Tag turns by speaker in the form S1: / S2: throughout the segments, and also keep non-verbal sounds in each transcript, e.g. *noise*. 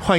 S1: 欢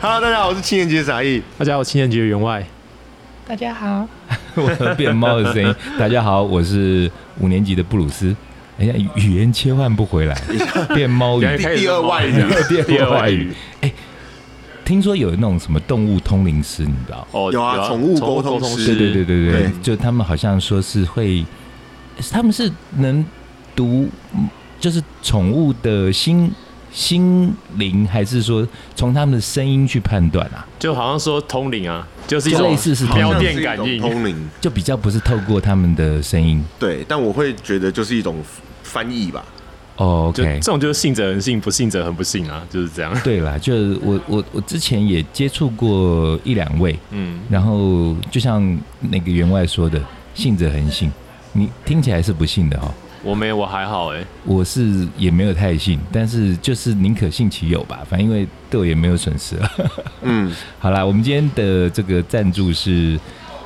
S1: Hello，大家好，我是青年节傻义。
S2: 大家好，情人节员外，
S3: 大家好，
S4: *laughs* 我变猫的声音。大家好，我是五年级的布鲁斯。哎呀，语言切换不回来，变猫语，
S2: 等一下开始
S1: 第二外语啊
S2: 了
S4: *laughs*
S2: *laughs*
S4: 变
S2: 第二外
S4: 语
S2: 语。
S4: 哎，听说有那种什么动物通灵师，你知道？
S2: 哦
S1: 有啊宠物沟通师
S4: 对对对对对
S1: 对，
S4: 就他们好像说是会，他们是能读，嗯就是宠物的心心灵，还是说从他们的声音去判断啊？
S2: 就好像说通灵啊，就是一种
S4: 就类似是通灵
S2: 标电感应，
S1: 通灵。
S4: 就比较不是透过他们的声音。
S1: 对，但我会觉得就是一种翻译吧。
S4: 哦
S2: 就
S4: ，OK，
S2: 这种就是信者很信，不信者很不信啊，就是这样。
S4: *laughs* 对啦，就我我我之前也接触过一两位，
S2: 嗯，
S4: 然后就像那个员外说的，信者恒信，你听起来是不信的哦。
S2: *laughs* 我没我还好哎、
S4: 我是也没有太信，但是就是宁可信其有吧，反正因为对我也没有损失啊。
S1: 嗯，
S4: *laughs* 好啦，我们今天的这个赞助是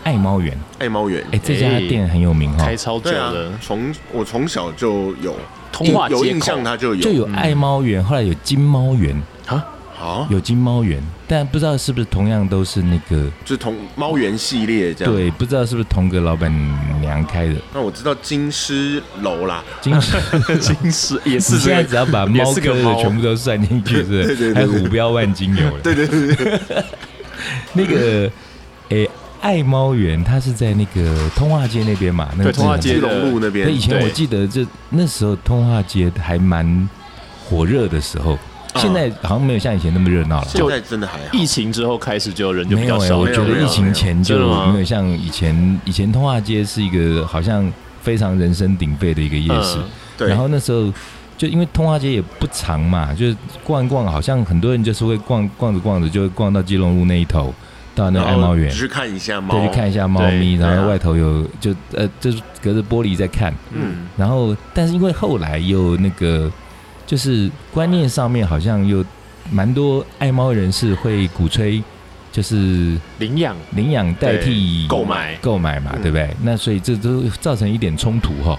S4: 爱猫园，
S1: 爱猫园
S4: 哎、。这家
S2: 哎
S4: 店很有名哈、哦
S2: 开超久
S1: 对啊
S2: 了，，
S1: 从我从小就有
S2: 通话接口
S1: 有印象，它就有
S4: 就有爱猫园，后来有金猫园，
S2: 啊，
S1: 啊，
S4: 有金猫园，但不知道是不是同样都是那个
S1: 就同猫园系列这样。，
S4: 对，不知道是不是同个老板娘开的。
S1: 那我知道金狮楼啦，
S4: 金
S2: *laughs*
S4: 狮，
S1: 啊
S2: 金狮也
S4: 你
S2: 是
S4: 现在
S2: 这
S4: 只要
S2: 个，
S4: 把
S2: 也
S4: 猫
S2: 是个
S4: 科的
S2: 猫
S4: 全部都算进去，是不是？
S1: 对对对对
S4: 还有虎标万金油了。
S1: 对对对对，
S4: *laughs* 那个，诶、爱猫园，它是在那个通化街那边嘛？那
S2: 对
S4: 个
S2: 通化
S1: 基
S2: 街
S1: 隆路那边
S4: 那以前我
S2: 对
S4: 记得这那时候通化街还蛮火热的时候，
S1: 嗯
S4: 现在好像没有像以前那么热闹了。
S1: 现在真的还好。
S2: 疫情之后开始就人就
S4: 没
S2: 比
S4: 有
S2: 较
S4: 哎、
S2: 少
S4: 我
S2: 了，
S1: 没
S4: 觉
S1: 有
S4: 得疫情前就
S2: 真的吗
S4: 没有像以前，以前通化街是一个好像非常人声鼎沸的一个夜市。
S2: 嗯
S1: 对，
S4: 然后那时候就因为通化街也不长嘛，就是逛一逛，好像很多人就是会逛逛着逛着就会逛到基隆路那一头，到那个爱
S1: 然
S4: 猫
S1: 后
S4: 园
S1: 只，是看一下猫
S4: 对，，去看一下猫咪，
S2: 对
S4: 然
S1: 对
S4: 后
S1: 啊
S4: 外头有就呃就是隔着玻璃在看，
S1: 嗯，
S4: 然后但是因为后来有那个就是观念上面好像有蛮多爱猫人士会鼓吹。就是
S2: 领养
S4: 领养代
S2: 对
S4: 替
S2: 购买
S4: 购买嘛，
S1: 嗯
S4: 对不对？那所以这都造成一点冲突哈，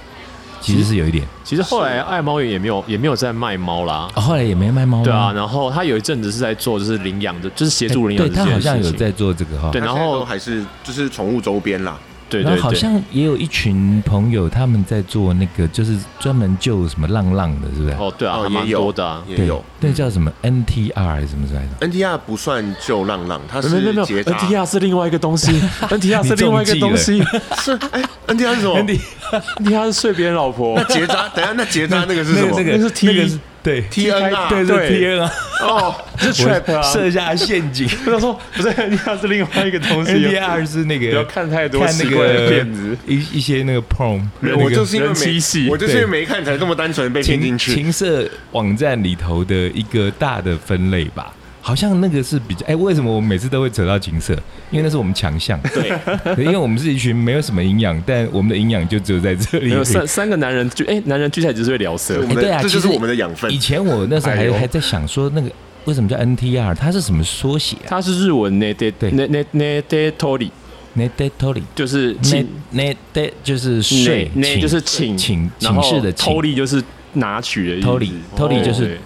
S4: 其实是有一点。
S2: 其实后来爱猫园也没有也没有在卖猫啦。
S4: 哦后来也没卖猫吗
S2: 对啊，然后他有一阵子是在做，就是领养的，就是协助领养
S4: 对
S2: 这件
S4: 他
S2: 事情。
S4: 好像有在做这个哈。
S2: 对
S1: 它
S2: 然
S1: 现在
S2: 后
S1: 都还是就是宠物周边啦，
S2: 对
S4: 然
S2: 对
S4: 后好
S2: 对，
S4: 像也有一群朋友他们在做那个，就是专门救什么浪浪的，是不是？
S2: 哦对啊，
S1: 哦
S2: 还蛮
S1: 也有
S2: 多的啊。
S1: 也
S4: 对
S1: 有。，
S4: 那叫什么 NTR 还是什么之类的？
S1: NTR 不算旧浪浪，它是
S2: 没有没有没有
S1: 结扎。
S2: ，NTR 是另外一个东 *laughs* 西，NTR 是
S4: 你中
S2: 另外一个
S4: 计
S2: 东
S4: 了
S2: 西
S1: 是哎，NTR 是什么？
S2: ，NTR 是睡别人老婆
S1: 那结扎，等一下那结扎那个是什么？
S2: 那
S4: 那
S2: 是 T
S4: 对
S1: TNR
S2: 对
S4: 对是 T N 啊，
S1: 哦，
S2: 是 trap 啊。
S4: 设下陷
S1: *laughs*
S4: 阱。
S2: *laughs* 他说不是 NTR 是另外一个东西啊
S4: NTR 是那
S2: 不要
S4: 个
S2: 看太多
S4: 看
S2: 奇
S4: 那
S2: 怪的
S4: 个
S2: 片子，
S4: 一一些那个 prom，那个
S1: 我就是因为
S2: 人妻
S1: 没，
S2: 戏
S1: 我就是因为没看才这么单
S2: *laughs*
S1: 纯被骗进
S4: 情
S1: 去。
S4: 情色网站里头的一个大的分类吧。好像那个是比较哎、为什么我每次都会扯到情色？因为那是我们强项。
S2: *laughs*
S1: 对，
S4: 对，因为我们是一群没有什么营养，但我们的营养就只有在这里
S2: 没。有三三个男人聚，哎，男人聚起来只是会聊色
S1: 我，们
S4: 哎对
S1: 的
S4: 啊
S1: 这就
S4: 其
S1: 是
S4: 实
S1: 我们的养分
S4: 以。前我那时候
S2: 哎
S4: 还
S2: 呦
S4: 还在想说，那个为什么叫 NTR？它是什么缩写啊
S2: 他是日文 n e t
S4: 对
S2: n e n e t t o r i
S4: n e t t o r i
S2: 就是请
S4: n e t 就是睡，
S2: 那
S4: 寝
S2: 就是请
S4: 请
S2: 然后
S4: 寝室的寝
S2: t o r i 就是拿取的意思
S4: Tori- Tori 就是
S2: 哦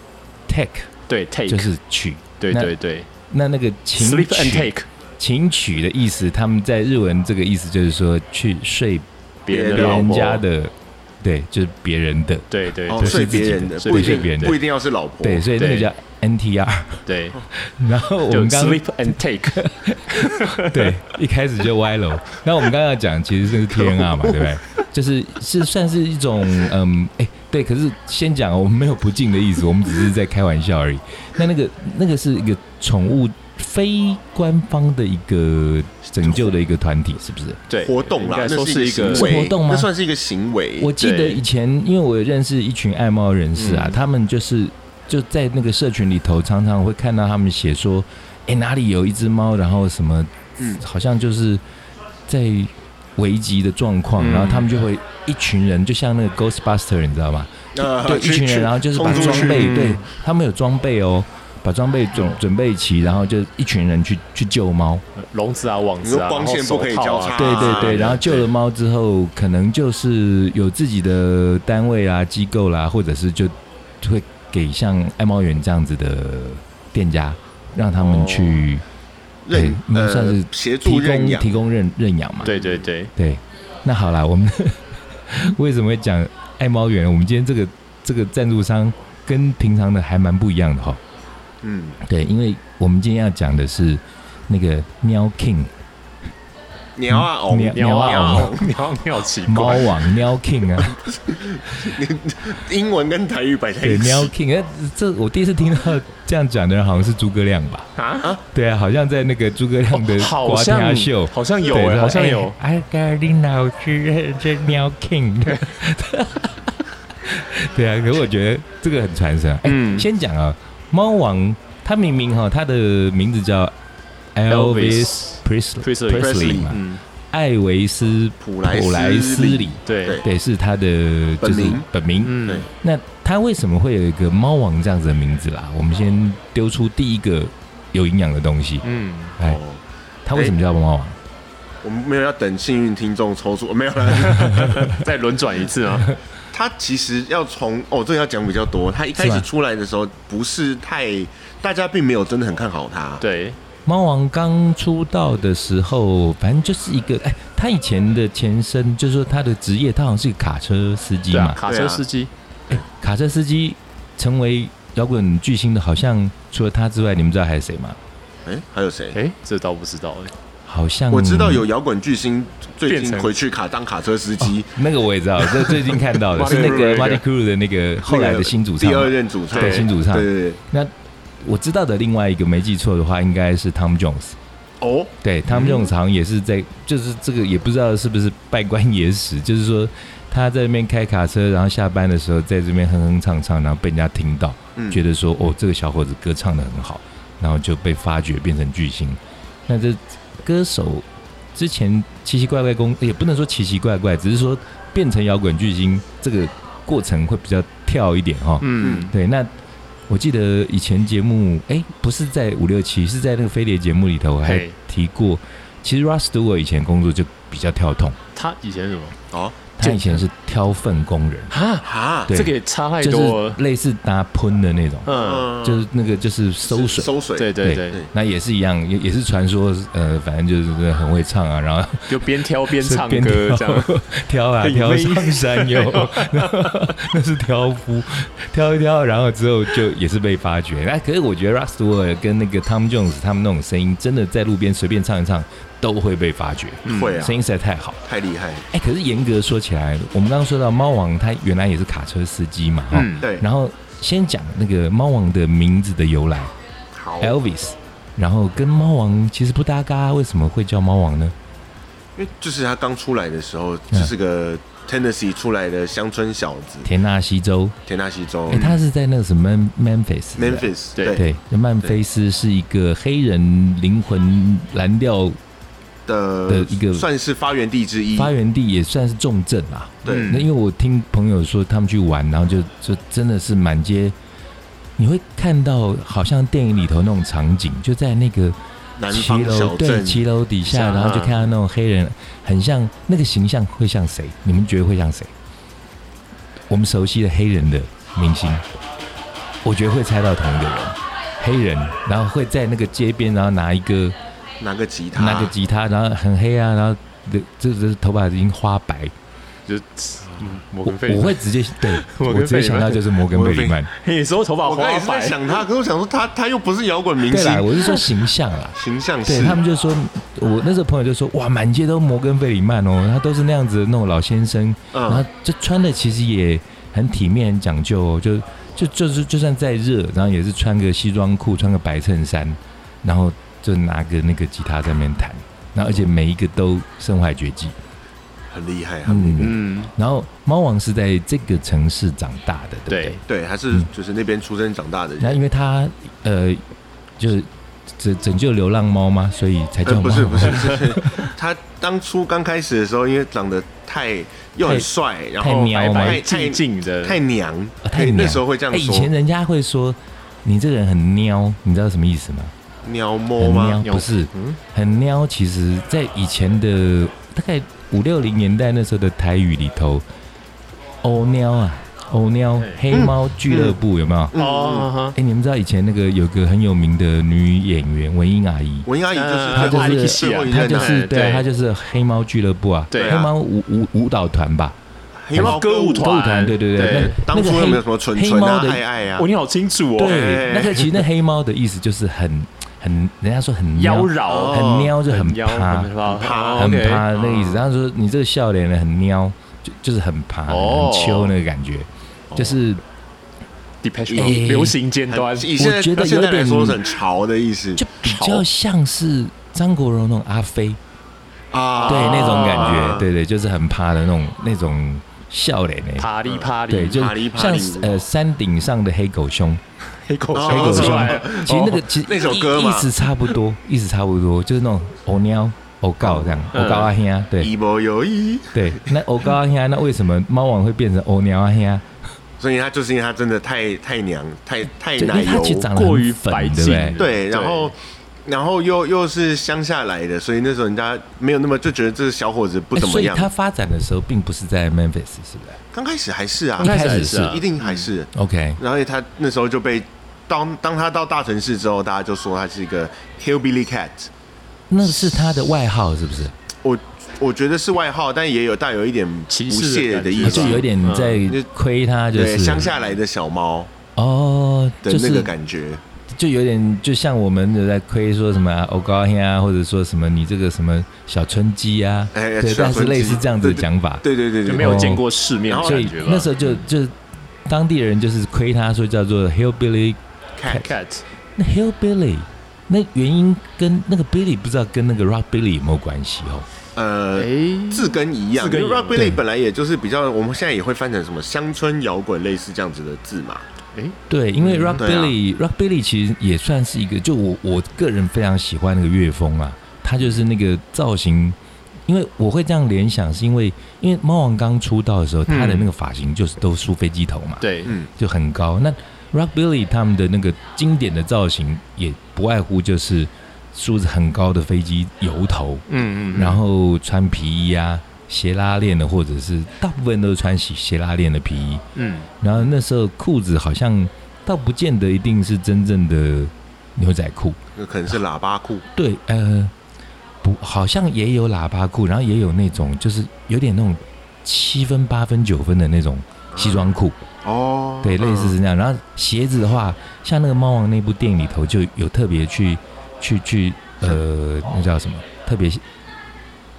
S4: take
S2: 对对 take
S4: 就是取，
S2: 对
S4: 那
S2: 对对
S4: 那那个请
S2: ，sleep and
S4: 取
S2: take
S4: 请取的意思，他们在日文这个意思就是说去睡
S2: 别
S1: 别
S2: 人的
S4: 别
S2: 老
S4: 人
S2: 婆
S4: 家的，对，就是别人的，
S2: 对对
S1: 哦，
S2: 对
S1: 睡
S4: 是自己
S1: 别人的
S4: 的
S1: 不一
S4: 睡
S1: 定
S4: 别人的
S1: 不一定要是老婆。
S4: 对，所以那个
S2: 对
S4: 叫 NTR。
S2: 对，
S4: *laughs* 然后哦我
S2: 就
S4: 们刚刚
S2: sleep and take，
S4: *laughs* 对，一开始就歪楼。那我们刚刚要讲，其实这是 TNR 嘛，对不对？就是是算是一种嗯，哎、对。可是先讲哦，我们没有不敬的意思，我们只是在开玩笑而已。那那个那个是一个宠物非官方的一个拯救的一个团体，是不是？
S2: 对
S1: 活动
S2: 应
S1: 啦，
S2: 该
S1: 那
S2: 说
S1: 是
S2: 是
S1: 一
S2: 一
S1: 个
S2: 个
S1: 行为
S4: 是活动吗
S1: 那算是一个行为。
S4: 我记得
S2: 对
S4: 以前，因为我认识一群爱猫人士啊，
S2: 嗯
S4: 他们就是就在那个社群里头，常常会看到他们写说，哎、哪里有一只猫，然后什么
S1: 嗯
S4: 好像就是在危急的状况，
S2: 嗯
S4: 然后他们就会一群人，就像那个 Ghostbuster，你知道吗？
S1: 那
S4: 对，一群人，然后就是把
S1: 冲出
S4: 装
S1: 啊呃去
S4: 备，
S2: 嗯
S4: 对他们有装备哦，把装备准准备齐，然后就一群人去去救猫。
S2: 笼子啊、网
S1: 你
S2: 子
S1: 说
S2: 啊，
S1: 光线
S2: 然后
S1: 不可以
S2: 手套
S1: 交叉
S2: 啊
S1: 啊
S4: 对对对，
S1: 对
S4: 然后救了猫之后，可能就是有自己的单位啦、机构啦，或者是就会给像爱猫园这样子的店家，让他们去
S1: 认
S4: 对
S1: 呃
S4: 算是
S1: 协助
S4: 提
S1: 认
S4: 供
S1: 养
S4: 提供认认养嘛。
S2: 对对对，
S4: 对，那好啦，我们 *laughs* 为什么会讲爱猫园？我们今天这个这个赞助商跟平常的还蛮不一样的哈、
S1: 嗯，
S4: 对，因为我们今天要讲的是那个喵 King
S1: 鸟啊哦，
S4: 鸟
S2: 鸟
S4: 鸟啊
S2: 啊
S1: *laughs*
S4: 哦，
S2: 鸟鸟奇
S4: 猫
S2: 怪，
S4: 王喵 King 啊。
S1: 英文跟台语摆在
S4: 对
S1: 一起，
S4: ，Meow King，呃这我第一次听到这样讲的人好像是诸葛亮吧？
S2: 啊，
S4: 对啊，好像在那个诸葛亮的
S2: 哦好
S4: 瓜田
S2: 像
S4: 秀，
S2: 好像有
S4: 对
S2: 哎，
S4: 说
S2: 好像有，
S4: 哎，格林老师这喵 King，对啊，可是我觉得这个很传神啊。哎，
S2: 嗯
S4: 先讲啊，猫王他明明哈他的名字叫哎 Elvis
S2: Presley
S4: Presley Presley 嘛，
S2: 嗯，
S4: 艾维斯
S1: 普莱
S4: 普莱斯
S1: 斯
S4: 里
S1: 里，
S2: 对
S1: 对，
S4: 对，是他的就
S1: 本
S4: 是
S1: 名
S4: 本名，
S1: 对
S2: 嗯，
S4: 那他为什么会有一个猫王这样子的名字啦？我们先丢出第一个有营养的东西，
S2: 嗯，
S4: 哎
S1: 哦
S4: 他为什么叫猫王？
S1: 我们没有要等幸运听众抽出，没有啦。
S2: 再轮转一
S4: *laughs*
S2: 次啊，
S1: 他其实要从哦，这个要讲比较多。他一开
S4: 是
S1: 始
S4: 吗
S1: 出来的时候不是太，大家并没有真的很看好他。
S2: 对，
S4: 猫王刚出道的时候，反正就是一个哎，他以前的前身就是说他的职业，他好像是个卡车司机
S2: 对
S4: 嘛
S2: 啊，，卡车
S1: 对啊
S2: 司机，
S4: 哎，卡车司机成为摇滚巨星的，好像除了他之外，你们知道还有谁吗？
S1: 哎，还有
S4: 嗯
S1: 谁？
S4: 啊
S2: 哎，这倒不知道哎，
S4: 好像
S1: 我知道有摇滚巨星最
S2: 变
S1: 近
S2: 成
S1: 回去卡当卡车司机，
S4: 哦那个我也知道，这最近
S1: *laughs*
S4: 看到的是那个
S1: Marty
S4: Marty Crew 的那个后来的新主唱
S1: 第
S4: 嘛，
S1: 二任主唱，
S4: 哦对新主唱
S1: 对对对。
S4: 我知道的另外一个没记错的话，应该是 Tom Jones。
S1: 哦，
S4: 对，Tom Jones 好像也是在，就是这个也不知道是不是拜官野史，就是说他在那边开卡车，然后下班的时候在这边哼哼唱唱，然后被人家听到，
S1: 嗯
S4: 觉得说哦这个小伙子歌唱的很好，然后就被发掘变成巨星。那这歌手之前奇奇怪怪公也不能说奇奇怪怪，只是说变成摇滚巨星这个过程会比较跳一点哈、哦。
S2: 嗯，
S4: 对，那我记得以前节目，哎，不是在五六七，是在那个飞碟节目里头还
S2: 嘿
S4: 提过。其实 Russ d u a 以前工作就比较跳痛，
S2: 他以前是什么
S1: 哦，
S4: 他以前是挑粪工人，
S2: 啊？
S1: 哈，
S4: 对
S2: 这个也差太
S4: 就
S2: 多
S4: 是
S2: 了，
S4: 类似拿喷的那种，
S2: 嗯，
S1: 嗯
S4: 就是那个就是收水。
S1: 收水，
S2: 对对
S4: 对
S2: 对，
S4: 那也是一样，也也是传说，呃，反正就是很会唱啊，然后
S2: 就边挑边唱
S4: 边
S2: 歌
S4: 挑
S2: 这样，
S4: *laughs* 挑啊
S2: 很
S4: 挑
S2: 威
S4: 上
S2: *laughs*
S4: 山哟，然后 *laughs* 那是挑夫，挑一挑，然后之后就也是被发掘。哎那可是我觉得 Rust w a r 跟那个 Tom Jones 他们那种声音，真的在路边随便唱一唱都会被发掘，
S2: 嗯
S1: 会啊
S4: 声，音实在太好。
S1: 太厉害了，
S4: 哎，可是严格说起来，我们刚刚说到猫王，他原来也是卡车司机嘛，哈、
S2: 嗯，
S1: 对，
S4: 然后先讲那个猫王的名字的由来
S2: 哦
S1: 好，
S4: ，Elvis，然后跟猫王其实不搭嘎，为什么会叫猫王呢？
S1: 因为就是他刚出来的时候，就
S4: 嗯
S1: 是个 Tennessee 出来的乡村小子，
S4: 田纳西州，
S1: 田纳西州
S4: 哎，他是在那个什么 Memphis 是不是
S1: Memphis，
S2: 对
S4: 对，曼菲斯是一个黑人灵魂蓝调
S1: 的
S4: 的一个
S1: 算是发源地之一，
S4: 发源地，也算是重镇啦。
S1: 对
S4: 那因为我听朋友说，他们去玩，然后就就真的是满街，你会看到好像电影里头那种场景，就在那个
S1: 南
S4: 骑
S1: 方
S4: 楼
S1: 小
S4: 对
S1: 镇，
S4: 骑楼底下，
S2: 下
S4: 然后就看到那种黑人，很像那个形象会像谁？你们觉得会像谁？我们熟悉的黑人的明星，我觉得会猜到同一个人，黑人，然后会在那个街边，然后拿一个
S1: 拿个吉他，
S4: 拿个吉他，然后很黑啊，然后的这这头发已经花白，
S2: 就嗯摩
S4: 我
S2: 根费里
S4: 我
S2: 曼
S4: 会直接
S1: *laughs*
S4: 对
S2: 摩
S4: 我
S2: 根
S4: 直接
S2: 费里
S4: 想
S2: 曼
S4: 到就是摩根
S1: 摩
S4: 贝
S1: 根费
S4: 里曼，
S2: *laughs* 你说头发
S1: 我刚
S2: 花
S1: 也是在
S2: 白，
S1: 想他，可是我想说他他又不是摇滚明
S4: 对啦，
S1: 星，
S4: 我是说形象啦。
S1: 形象
S4: 对
S1: *laughs* 是
S4: 他们就说，我那时候朋友就说，哇，满街都摩根费里曼哦，他都是那样子的那种老先生，然后
S1: 嗯，
S4: 就穿的其实也很体面、很讲究哦，就就就是就算再热，然后也是穿个西装裤、穿个白衬衫，然后就拿个那个吉他在那边弹，然后而且每一个都身怀绝技，
S1: 很厉害，很厉害
S4: 嗯，
S2: 嗯，
S4: 然后猫王是在这个城市长大的，对不对？
S2: 对，
S1: 对，他是
S4: 嗯
S1: 就是那边出生长大的
S4: 那
S1: 人，
S4: 因为他呃，就是拯拯救流浪猫哎吗？所以才叫
S1: 呃，
S4: 猫、
S1: 不是不是，就是他当初刚开始的时候，因为长得太又很
S4: 太
S1: 帅，然
S4: 太
S1: 后
S4: 喵
S1: 白
S4: 吗
S1: 白太
S2: 静静的，
S1: 太娘
S4: 哦、，太娘
S1: 那时候会这样
S4: 哎以前
S1: 说，
S4: 人家会说你这个人很喵，你知道什么意思吗？
S1: 喵摸
S4: 很
S1: 吗？
S4: 喵不是，
S2: 嗯
S4: 很喵。其实，在以前的大概五六零年代那时候的台语里头，欧喵啊，欧喵黑猫俱乐部有没有？哎、
S1: 嗯，
S2: 哦，
S4: 你们知道以前那个有个很有名的女演员文英阿姨，
S1: 文英阿姨就是
S2: 呃
S1: 最后
S4: 她就是
S1: 最后一
S4: 她
S1: 任
S4: 就
S1: 的
S4: 是对啊，
S2: 对
S4: 她就是黑猫俱乐部啊，
S2: 对
S1: 啊
S4: 黑猫舞舞舞蹈团吧，
S1: 黑猫歌舞
S2: 歌舞
S1: 团，
S2: 团
S4: 对对
S2: 对
S4: 对，那
S1: 当初
S4: 那个
S1: 有
S4: 黑
S1: 没有什么纯
S4: 黑
S1: 纯
S4: 猫
S1: 啊、
S4: 的
S1: 爱爱啊
S2: 哦，？你好清楚哦，
S1: 哎
S4: 对，那个其实那黑猫的意思就是很很，人家说很
S2: 妖
S4: 喵
S2: 娆，
S1: 哦
S4: 很喵就很
S2: 妖，
S4: 趴，
S2: 很趴，
S1: 趴
S4: 很
S2: OK
S4: 趴那个意思。他说你这个笑脸呢很喵，就就是很趴，
S2: 哦
S4: 很秋那个感觉，就是
S2: ，Depeche
S4: 哎
S2: Mode 流行尖
S1: 很
S2: 端，
S1: 以现在
S4: 我觉得有
S1: 现在来
S4: 点
S1: 说是很潮的意思，
S4: 就比较像是张国荣那种阿飞，
S1: 啊，
S4: 对那种感
S1: 啊
S4: 觉，对对，就是很趴的那种那种笑脸呢。
S2: 啪哩啪哩，
S4: 对，就
S1: 啪哩啪
S4: 像
S1: 哩
S4: 呃山顶上的黑狗熊，
S2: 黑狗
S1: 哦
S4: 黑狗
S2: 熊
S4: 熊
S2: 出来了，
S4: 其实那个其实
S1: 那首歌
S4: 意
S1: 嘛
S4: 意思差不多，意思差不多，就是那种哦欧喵、欧告这样，欧
S2: 嗯
S4: 告阿兄，对
S1: 一波有一，
S4: 对。那欧告阿兄，那为什么猫王会变成欧喵阿兄？
S1: 所以他就是因为他真的太太娘，太太
S4: 就因
S1: 奶
S4: 为他
S1: 油，
S4: 其实长得
S2: 过
S4: 很
S2: 于
S4: 粉，
S2: 白
S4: 对不
S2: 净
S4: 对？
S1: 对，
S2: 对
S1: 然后然后又又是乡下来的，所以那时候人家没有那么就觉得这小伙子不
S4: 哎
S1: 怎
S4: 所
S1: 么
S4: 以
S1: 样。
S4: 他发展的时候并不是在 Memphis，是不是
S1: 刚开始还是啊，
S4: 刚开始还是嗯
S1: 一定还是。
S4: ？OK，
S1: 然后他那时候就被当当他到大城市之后，大家就说他是一个 hillbilly cat。
S4: 那是他的外号是不是？
S1: 我我觉得是外号，但也有带有一点
S2: 歧
S1: 不
S2: 视
S1: 屑
S2: 的感觉
S1: 意
S4: 啊
S1: 思，
S4: 就有点在
S1: 就
S4: 亏他，就
S1: 对
S4: 是
S1: 乡下来的小猫
S4: 哦，
S1: 的
S4: 就
S1: 那
S4: 是
S1: 个感觉。
S4: 就有点就像我们有在亏说什么啊欧高兄啊，或者说什么你这个什么小春鸡啊，
S1: 哎
S4: 对，
S1: 小
S4: 但是
S1: 春鸡
S4: 类似这样子的讲法，
S1: 对对对哦
S2: 就
S1: 对，
S2: 没有见过世面
S1: 然
S2: 的
S1: 后
S4: 哦所
S2: 感
S4: 以
S2: 觉吧。
S4: 那时候就就当地人就是亏他说叫做 hillbilly，
S1: cat
S2: cat
S4: 那 hillbilly。那原因跟那个 Billy 不知道跟那个 Rock Billy 有没有关系哦？
S1: 呃。字根一样，
S2: 字根一样
S1: r o b b i l
S4: 对
S1: y 本来也就是比较，我们现在也会翻成什么乡村摇滚类似这样子的字嘛。
S4: 对，因为
S2: 嗯
S4: Rock
S1: 对啊
S4: Billy、Rock Billy 其实也算是一个，就我我个人非常喜欢那个乐风啊，它就是那个造型，因为我会这样联想，是因为因为猫王刚出道的时候，他的那个发型就是都梳飞机头嘛，
S2: 对，
S1: 嗯，
S4: 就很高。那 Rock Billy 他们的那个经典的造型，也不外乎就是梳着很高的飞机油头，
S2: 嗯
S4: 然后穿皮衣啊，斜拉链的，或者是大部分都是穿斜斜拉链的皮衣。
S2: 嗯，
S4: 然后那时候裤子好像倒不见得一定是真正的牛仔裤，
S1: 那可能是喇叭裤，
S4: 对，呃，不，好像也有喇叭裤，然后也有那种就是有点那种七分、八分、九分的那种西装裤，
S1: 哦，
S4: 对，类似是那样。然后鞋子的话，像那个猫王那部电影里头就有特别去去去，呃，那叫什么？特别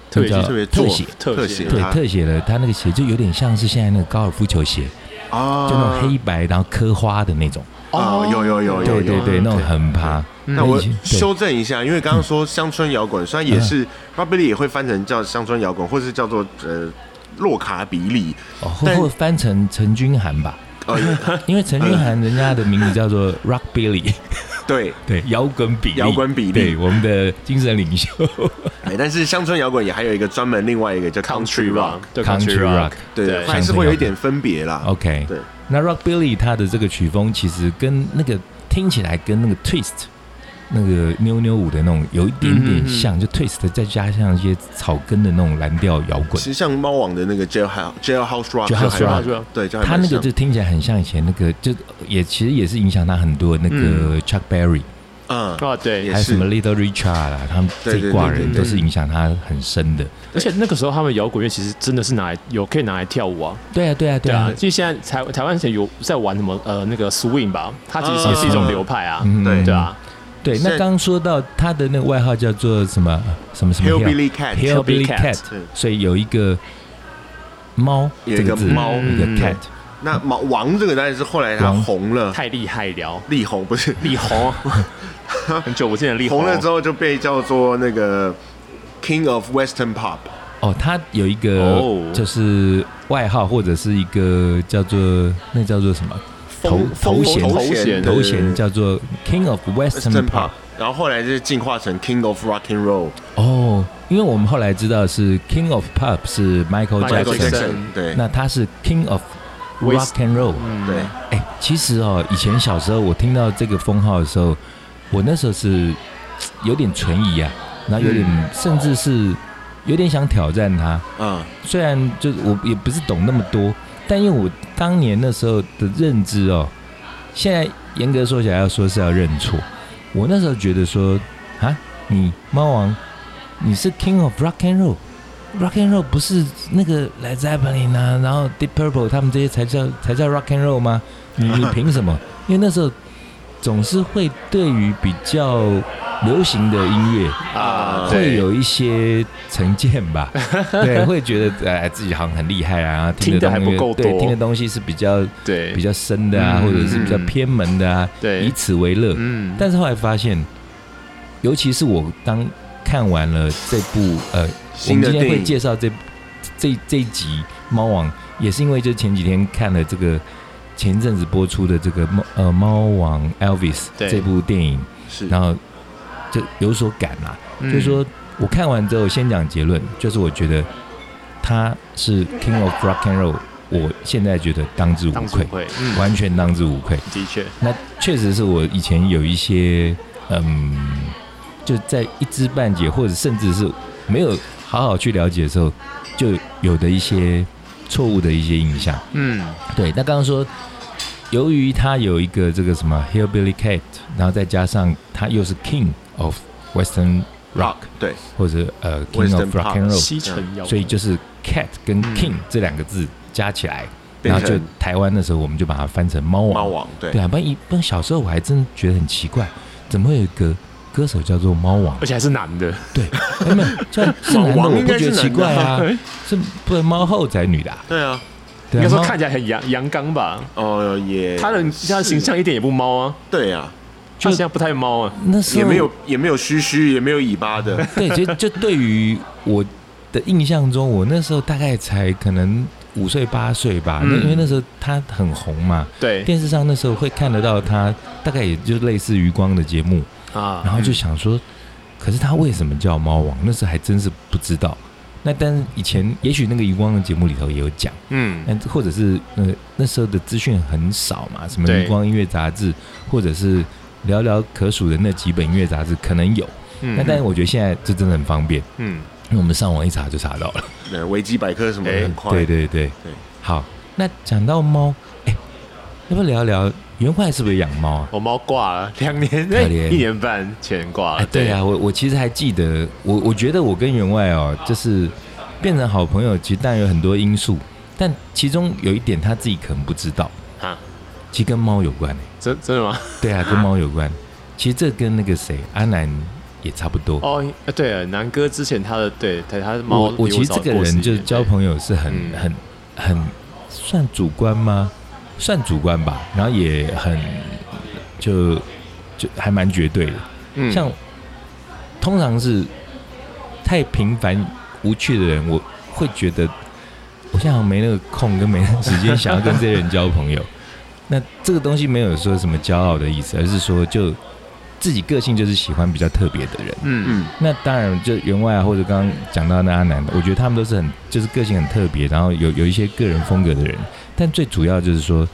S2: 特别
S4: 那叫
S1: 特别做
S4: 特写。
S2: 特
S1: 特
S2: 写
S1: 写
S4: 对
S1: 它
S4: 特写的，他那个鞋就有点像是现在那个高尔夫球鞋，
S1: 啊
S4: 就那种黑白然后刻花的那种。
S1: 哦，有有有有
S4: 对
S1: 有
S4: 对对，那种很趴。
S1: 那我
S4: 对嗯
S1: 修正一下，因为刚刚说乡村摇滚，虽然也是 r o b b i l y 也会翻成叫乡村摇滚，或是叫做呃洛卡比里，
S4: 哦，会
S1: 但
S4: 会翻成陈君涵
S1: *laughs*
S4: 吧？ *laughs*
S1: 呃，
S4: 因为陈君涵人家的名字叫做 Rock Billy，
S1: *laughs* 对，
S4: 对，摇滚比利
S1: 摇滚比
S4: 对，
S1: 利。
S4: 我们的精神领袖
S1: 哎但是乡村摇滚也还有一个专门另外一个叫 country rock，
S2: 对 country rock，
S1: 对，
S2: 对
S1: 还是会有一点分别啦。
S4: OK，
S1: 对，
S4: 那 Rock Billy 他的这个曲风其实跟那个听起来跟那个 Twist 那个妞妞舞的那种有一点
S2: 嗯嗯
S4: 点
S2: 嗯
S4: 像，就 Twist 再加上一些草根的那种蓝调摇滚
S1: 其，实像猫王的那个 jailhouse jailhouse rock，
S4: Jailhouse
S1: 就还蛮
S4: rock
S1: 对，就还
S4: 他
S1: 蛮
S4: 那个
S1: 像
S4: 就听起来很像以前那个，就也其实也是影响他很多那个 Chuck Berry，、
S1: 嗯，
S2: 啊，对
S1: 也，
S4: 还有什么
S1: 是
S4: Little Richard 啦，他们这一挂
S1: 对对对
S4: 人
S1: 对
S4: 都是影响他很深的。
S2: 而且那个时候他们摇滚乐其实真的是拿来有可以拿来跳舞啊，
S4: 对啊，对啊，对
S2: 对
S4: 啊
S2: 啊，，就现在台台湾现在有在玩什么呃那个 swing 吧，它其实也是一种流派啊，
S4: 嗯
S1: 对
S2: 对，啊，
S4: 对。
S1: 现
S4: 那
S1: 在
S4: 刚说到他的那个外号叫做什么什么什么
S1: hillbilly cat，
S2: Hill-
S4: Hillbilly
S2: Hillbilly
S4: Cat，
S2: Cat，
S1: 对
S4: 所以有一个猫
S1: 有一
S4: 这
S1: 个
S4: 字，
S1: 猫
S4: 一个
S2: 嗯
S4: cat，
S1: 那毛王这个当然是后来他
S4: 王
S1: 红了，
S2: 太厉害了，
S1: 力宏不是
S2: 力宏， *laughs* 很久不见的力
S1: 红了之
S2: 后，
S1: 后就被叫做那个 King of Western Pop，
S4: 哦，它有一个
S2: 哦
S4: 就是外号或者是一个叫做那叫做什么头
S1: 风
S4: 头衔
S1: 头衔
S4: 头
S1: 对对
S4: 衔
S1: 对
S4: 叫做 King of Western
S1: Western
S4: Pop
S1: Pop。然后后来就是进化成 King of Rock and Roll，
S4: 哦，因为我们后来知道是 King of Pop 是 Michael
S1: Michael
S2: Michael
S4: Jackson，
S2: Jackson
S1: 对
S4: 那他是 King of Rock
S2: West-
S4: and Roll。
S2: 嗯，
S1: 对，
S4: 哎、其实哦，以前小时候我听到这个封号的时候，我那时候是有点存疑啊，然后有点、
S2: 嗯
S4: 甚至是有点想挑战他。
S1: 嗯
S4: 虽然就是我也不是懂那么多，但因为我当年那时候的认知哦，现在严格说起来要说是要认错。我那时候觉得说啊，你猫王，你是 King of Rock and Roll。Rock and Roll 不是那个 Led Zeppelin 啊，然后 Deep Purple 他们这些才叫才叫 Rock and Roll 吗？你你凭什么？ *laughs* 因为那时候总是会对于比较流行的音乐，
S1: 啊
S4: 会有一些成见
S2: *laughs*
S4: 吧，对，会觉得哎自己好像很厉害啊，
S2: 听得还
S4: 东西
S2: 不够
S4: 对，
S2: 多
S4: 听的东西是比较
S2: 对
S4: 比较深的啊，
S2: 嗯
S4: 或者是比较偏门的啊，以
S2: 对，
S4: 此为乐。
S2: 嗯，
S4: 但是后来发现，尤其是我当看完了这部呃，我
S1: 新
S4: 们
S1: 的
S4: 今天
S1: 电
S4: 会
S1: 影
S4: 介绍这这这一集《猫王》，也是因为就前几天看了这个前一阵子播出的这个猫呃《猫王 Elvis》
S2: 对
S4: 这部电影，
S1: 是
S4: 然后就有所感啦、
S2: 嗯
S4: 就是说我看完之后先讲结论，就是我觉得他是 King of Rock and Roll，我现在觉得当之无
S2: 当初
S4: 愧，
S2: 会，嗯，
S4: 完全当之无愧。
S2: 的确，
S4: 那确实是我以前有一些嗯，就在一知半解，或者甚至是没有好好去了解的时候，就有的一些错误的一些印象。
S2: 嗯，
S4: 对，那刚刚说，由于他有一个这个什么 Hillbilly Cat，然后再加上他又是 King of Western Rock，
S1: 对
S4: 或者呃 King
S1: Western
S4: of Rock and Roll，
S2: 西城摇滚，
S4: 所以就是 Cat 跟
S2: 嗯
S4: King 这两个字加起来，
S1: 变
S4: 然后就
S1: 成
S4: 台湾的时候我们就把它翻成猫王。
S1: 猫王，对
S4: 对啊，不然一不然小时候我还真觉得很奇怪，怎么会有一个歌手叫做猫王
S2: 而？且还是男的，
S4: 哎没有，
S1: *laughs*
S4: 这是男的，
S1: 王
S4: 我
S1: 应
S4: 不
S1: 该
S4: 觉
S1: 是
S4: 得奇
S1: 男的
S4: 怪啊
S2: 哎，
S4: 是不是猫后仔女的啊？
S1: 对啊，
S4: 对
S2: 应
S4: 啊
S2: 该说
S4: 猫
S2: 看起来很阳阳刚吧，
S1: 哦也
S2: 他的他的形象一点也不猫啊，
S1: 对啊，
S2: 他形象不太猫啊，
S4: 那时候
S1: 也没有也没有须须，也没有尾巴的，
S4: *laughs* 对，其实就对于我的印象中，我那时候大概才可能五岁八岁吧，那
S2: 嗯
S4: 因为那时候他很红嘛，
S2: 对
S4: *laughs* 电视上那时候会看得到他，大概也就类似余光的节目，然
S2: 啊，
S4: 后就想说，可是他为什么叫猫王？那时候还真是不知道。那但是以前也许那个余光的节目里头也有讲，
S2: 嗯，
S4: 那或者是呃那时候的资讯很少嘛，什么
S2: 对
S4: 余光音乐杂志，或者是寥寥可数的那几本音乐杂志可能有。那
S2: 那
S4: 但是我觉得现在这真的很方便，
S2: 嗯，
S4: 因为我们上网一查就查到了。
S1: 对维基百科什么的
S2: 哎
S1: 很快，
S4: *laughs* 对对对
S1: 哦对
S4: 好，那讲到猫，哎、要不要聊聊袁块是不是养猫啊？
S2: 我猫挂了两年，
S4: 可怜
S2: *laughs* 一年半前挂
S4: 哎，
S2: 了，
S4: 对啊，，我我其实还记得，我我觉得我跟员外哦，就是变成好朋友，其实当然有很多因素，但其中有一点他自己可能不知道，
S2: 啊，
S4: 其实跟猫有关、欸、
S2: 真真的吗？
S4: 对啊，跟猫有关。其实这跟那个谁阿南也差不多。
S2: 哦，呃对了，南哥之前他的对，他他的猫
S4: 我我
S2: 比
S4: 其实
S2: 早
S4: 这个
S2: 过十
S4: 人
S2: 一
S4: 就是
S2: 年
S4: 交朋友是很
S2: 嗯
S4: 很很算主观吗？算主观吧，然后也很就就还蛮绝对的。
S2: 嗯
S4: 像通常是太平凡无趣的人，我会觉得我现在好像没那个空跟没那个时间想要跟这些人交朋友。那这个东西没有说什么骄傲的意思，而是说就自己个性就是喜欢比较特别的人。
S2: 嗯
S1: 嗯，
S4: 那当然，就员外啊，或者刚刚讲到那阿南，我觉得他们都是很就是个性很特别，然后有有一些个人风格的人。但最主要就是说，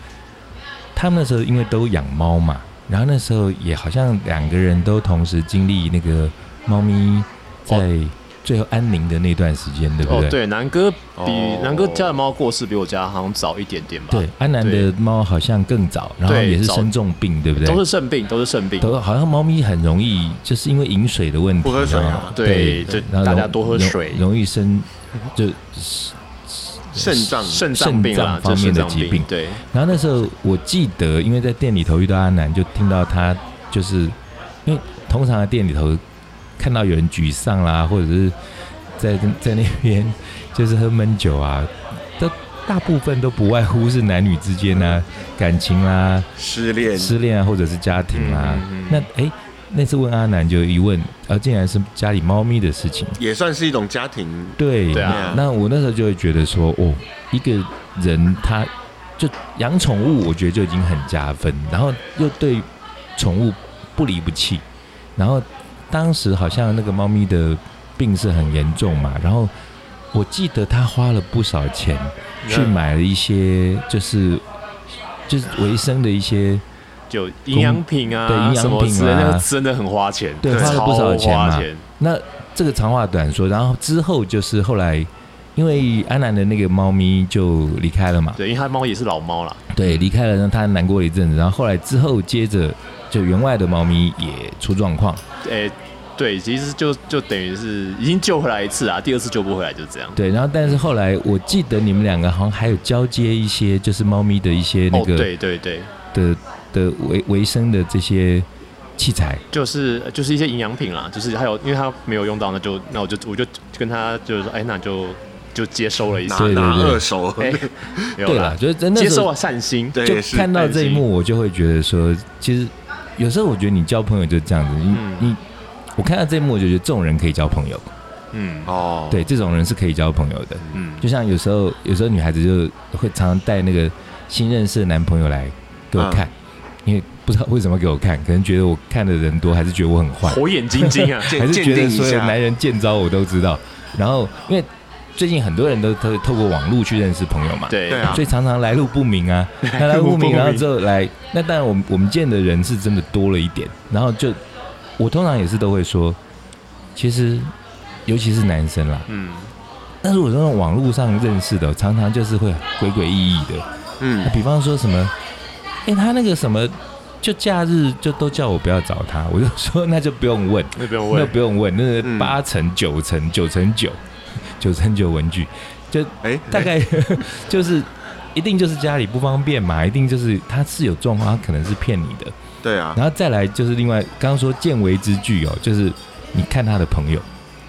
S4: 他们那时候因为都养猫嘛，然后那时候也好像两个人都同时经历那个猫咪在最后安宁的那段时间，对不
S2: 哦
S4: 对？
S2: 对，南哥比
S1: 哦
S2: 南哥家的猫过世比我家好像早一点点吧，
S4: 对，安南的猫好像更早，然后
S2: 对
S4: 也是
S2: 早
S4: 生重病，对不对？
S2: 都是肾病，都是肾病，
S4: 都好像猫咪很容易就是因为饮水的问题，
S1: 不喝水啊
S4: 然后
S2: 对
S4: 对
S2: 就，
S4: 然后
S2: 大家
S4: 容
S2: 多喝
S4: 容
S2: 水
S4: 容易生就
S1: 肾脏
S2: 肾脏病啦，
S4: 肾脏
S2: 这
S4: 方
S2: 肾
S4: 面的
S2: 脏
S4: 疾病
S2: 对，
S4: 然后那时候我记得，因为在店里头遇到阿南，就听到他就是因为通常在店里头看到有人沮丧啦，或者是在在那边就是喝闷酒啊， *laughs* 都大部分都不外乎是男女之间啊、感情啦、啊
S1: 失恋
S4: 失恋啊，或者是家庭啦、
S2: 嗯嗯
S4: 那哎、那次问阿南就一问，啊，竟然是家里猫咪的事情。
S1: 也算是一种家庭，
S4: 对，
S2: 对
S1: 啊
S4: 那我那时候就会觉得说，哦，一个人他就养宠物，我觉得就已经很加分，然后又对宠物不离不弃，然后当时好像那个猫咪的病是很严重嘛，然后我记得他花了不少钱去买了一些就是就是维生的一些，
S2: 就营养品啊，
S4: 对营养
S2: 什么
S4: 品啊
S2: 之类那个真的很花钱，
S4: 对花了
S2: 超
S4: 不少钱嘛
S2: 花钱，
S4: 那这个长话短说，然后之后就是后来。因为安南的那个猫咪就离开了嘛，
S2: 对，因为它猫也是老猫啦，
S4: 对，离开了，让他难过了一阵子，然后后来之后接着就员外的猫咪也出状况，
S2: 诶、对，其实就就等于是已经救回来一次啊，第二次救不回来就这样。哦
S4: 对，然后但是后来我记得你们两个好像还有交接一些就是猫咪的一些那
S2: 哦，
S4: 个
S2: 对对对，
S4: 的、的维维生的这些器材，
S2: 就是呃就是一些营养品啦，就是还有因为它没有用到，那就那我就我就跟他就是说，哎、那就就接收了一次
S1: 拿，
S4: 对对
S1: 拿
S4: 对
S1: 二手，
S2: 哎、没有
S4: 对
S2: 啦
S4: 啦，，就是真的
S2: 接受了善心，
S1: 对，
S4: 就
S1: 也是
S4: 看到这一幕，我就会觉得说，其实有时候我觉得你交朋友就是这样子，你、
S2: 嗯
S4: 你我看到这一幕，我就觉得这种人可以交朋友，
S2: 嗯
S1: *laughs* 哦，
S4: 对，这种人是可以交朋友的，
S2: 嗯，
S4: 就像有时候，有时候女孩子就会常常带那个新认识的男朋友来给
S1: 嗯
S4: 我看，因为不知道为什么给我看，可能觉得我看的人多，还是觉得我很坏，
S2: 火眼金睛啊，
S4: 还
S1: *laughs* 鉴
S4: 是
S1: 鉴
S4: 觉
S1: 定
S4: 得
S1: 一
S4: 所有
S1: 下，
S4: 男人见招我都知道。然后，因为最近很多人都透透过网络去认识朋友嘛，，
S2: 对
S1: 对啊
S4: 所以常常来路不明啊，那来
S2: 路
S4: 路
S2: 不
S4: 不明，
S2: 明
S4: 然后之后来，那当然我们我们见的人是真的多了一点，然后就我通常也是都会说，其实尤其是男生啦，
S2: 嗯，
S4: 但是我那种网络上认识的，常常就是会鬼鬼异异的，
S1: 嗯，
S4: 比方说什么，哎、他那个什么，就假日就都叫我不要找他，我就说那就不用问，
S2: 那不用
S4: 那
S2: 问，
S4: 不用问，那
S1: 嗯
S4: 是八成九成九成九九成九文具，
S1: 哎，
S4: *laughs* 大概就是一定就是家里不方便嘛，一定就是他是有状况，他可能是骗你的，
S1: 对啊，
S4: 然后再来就是另外刚刚说见微知著哦，就是你看他的朋友。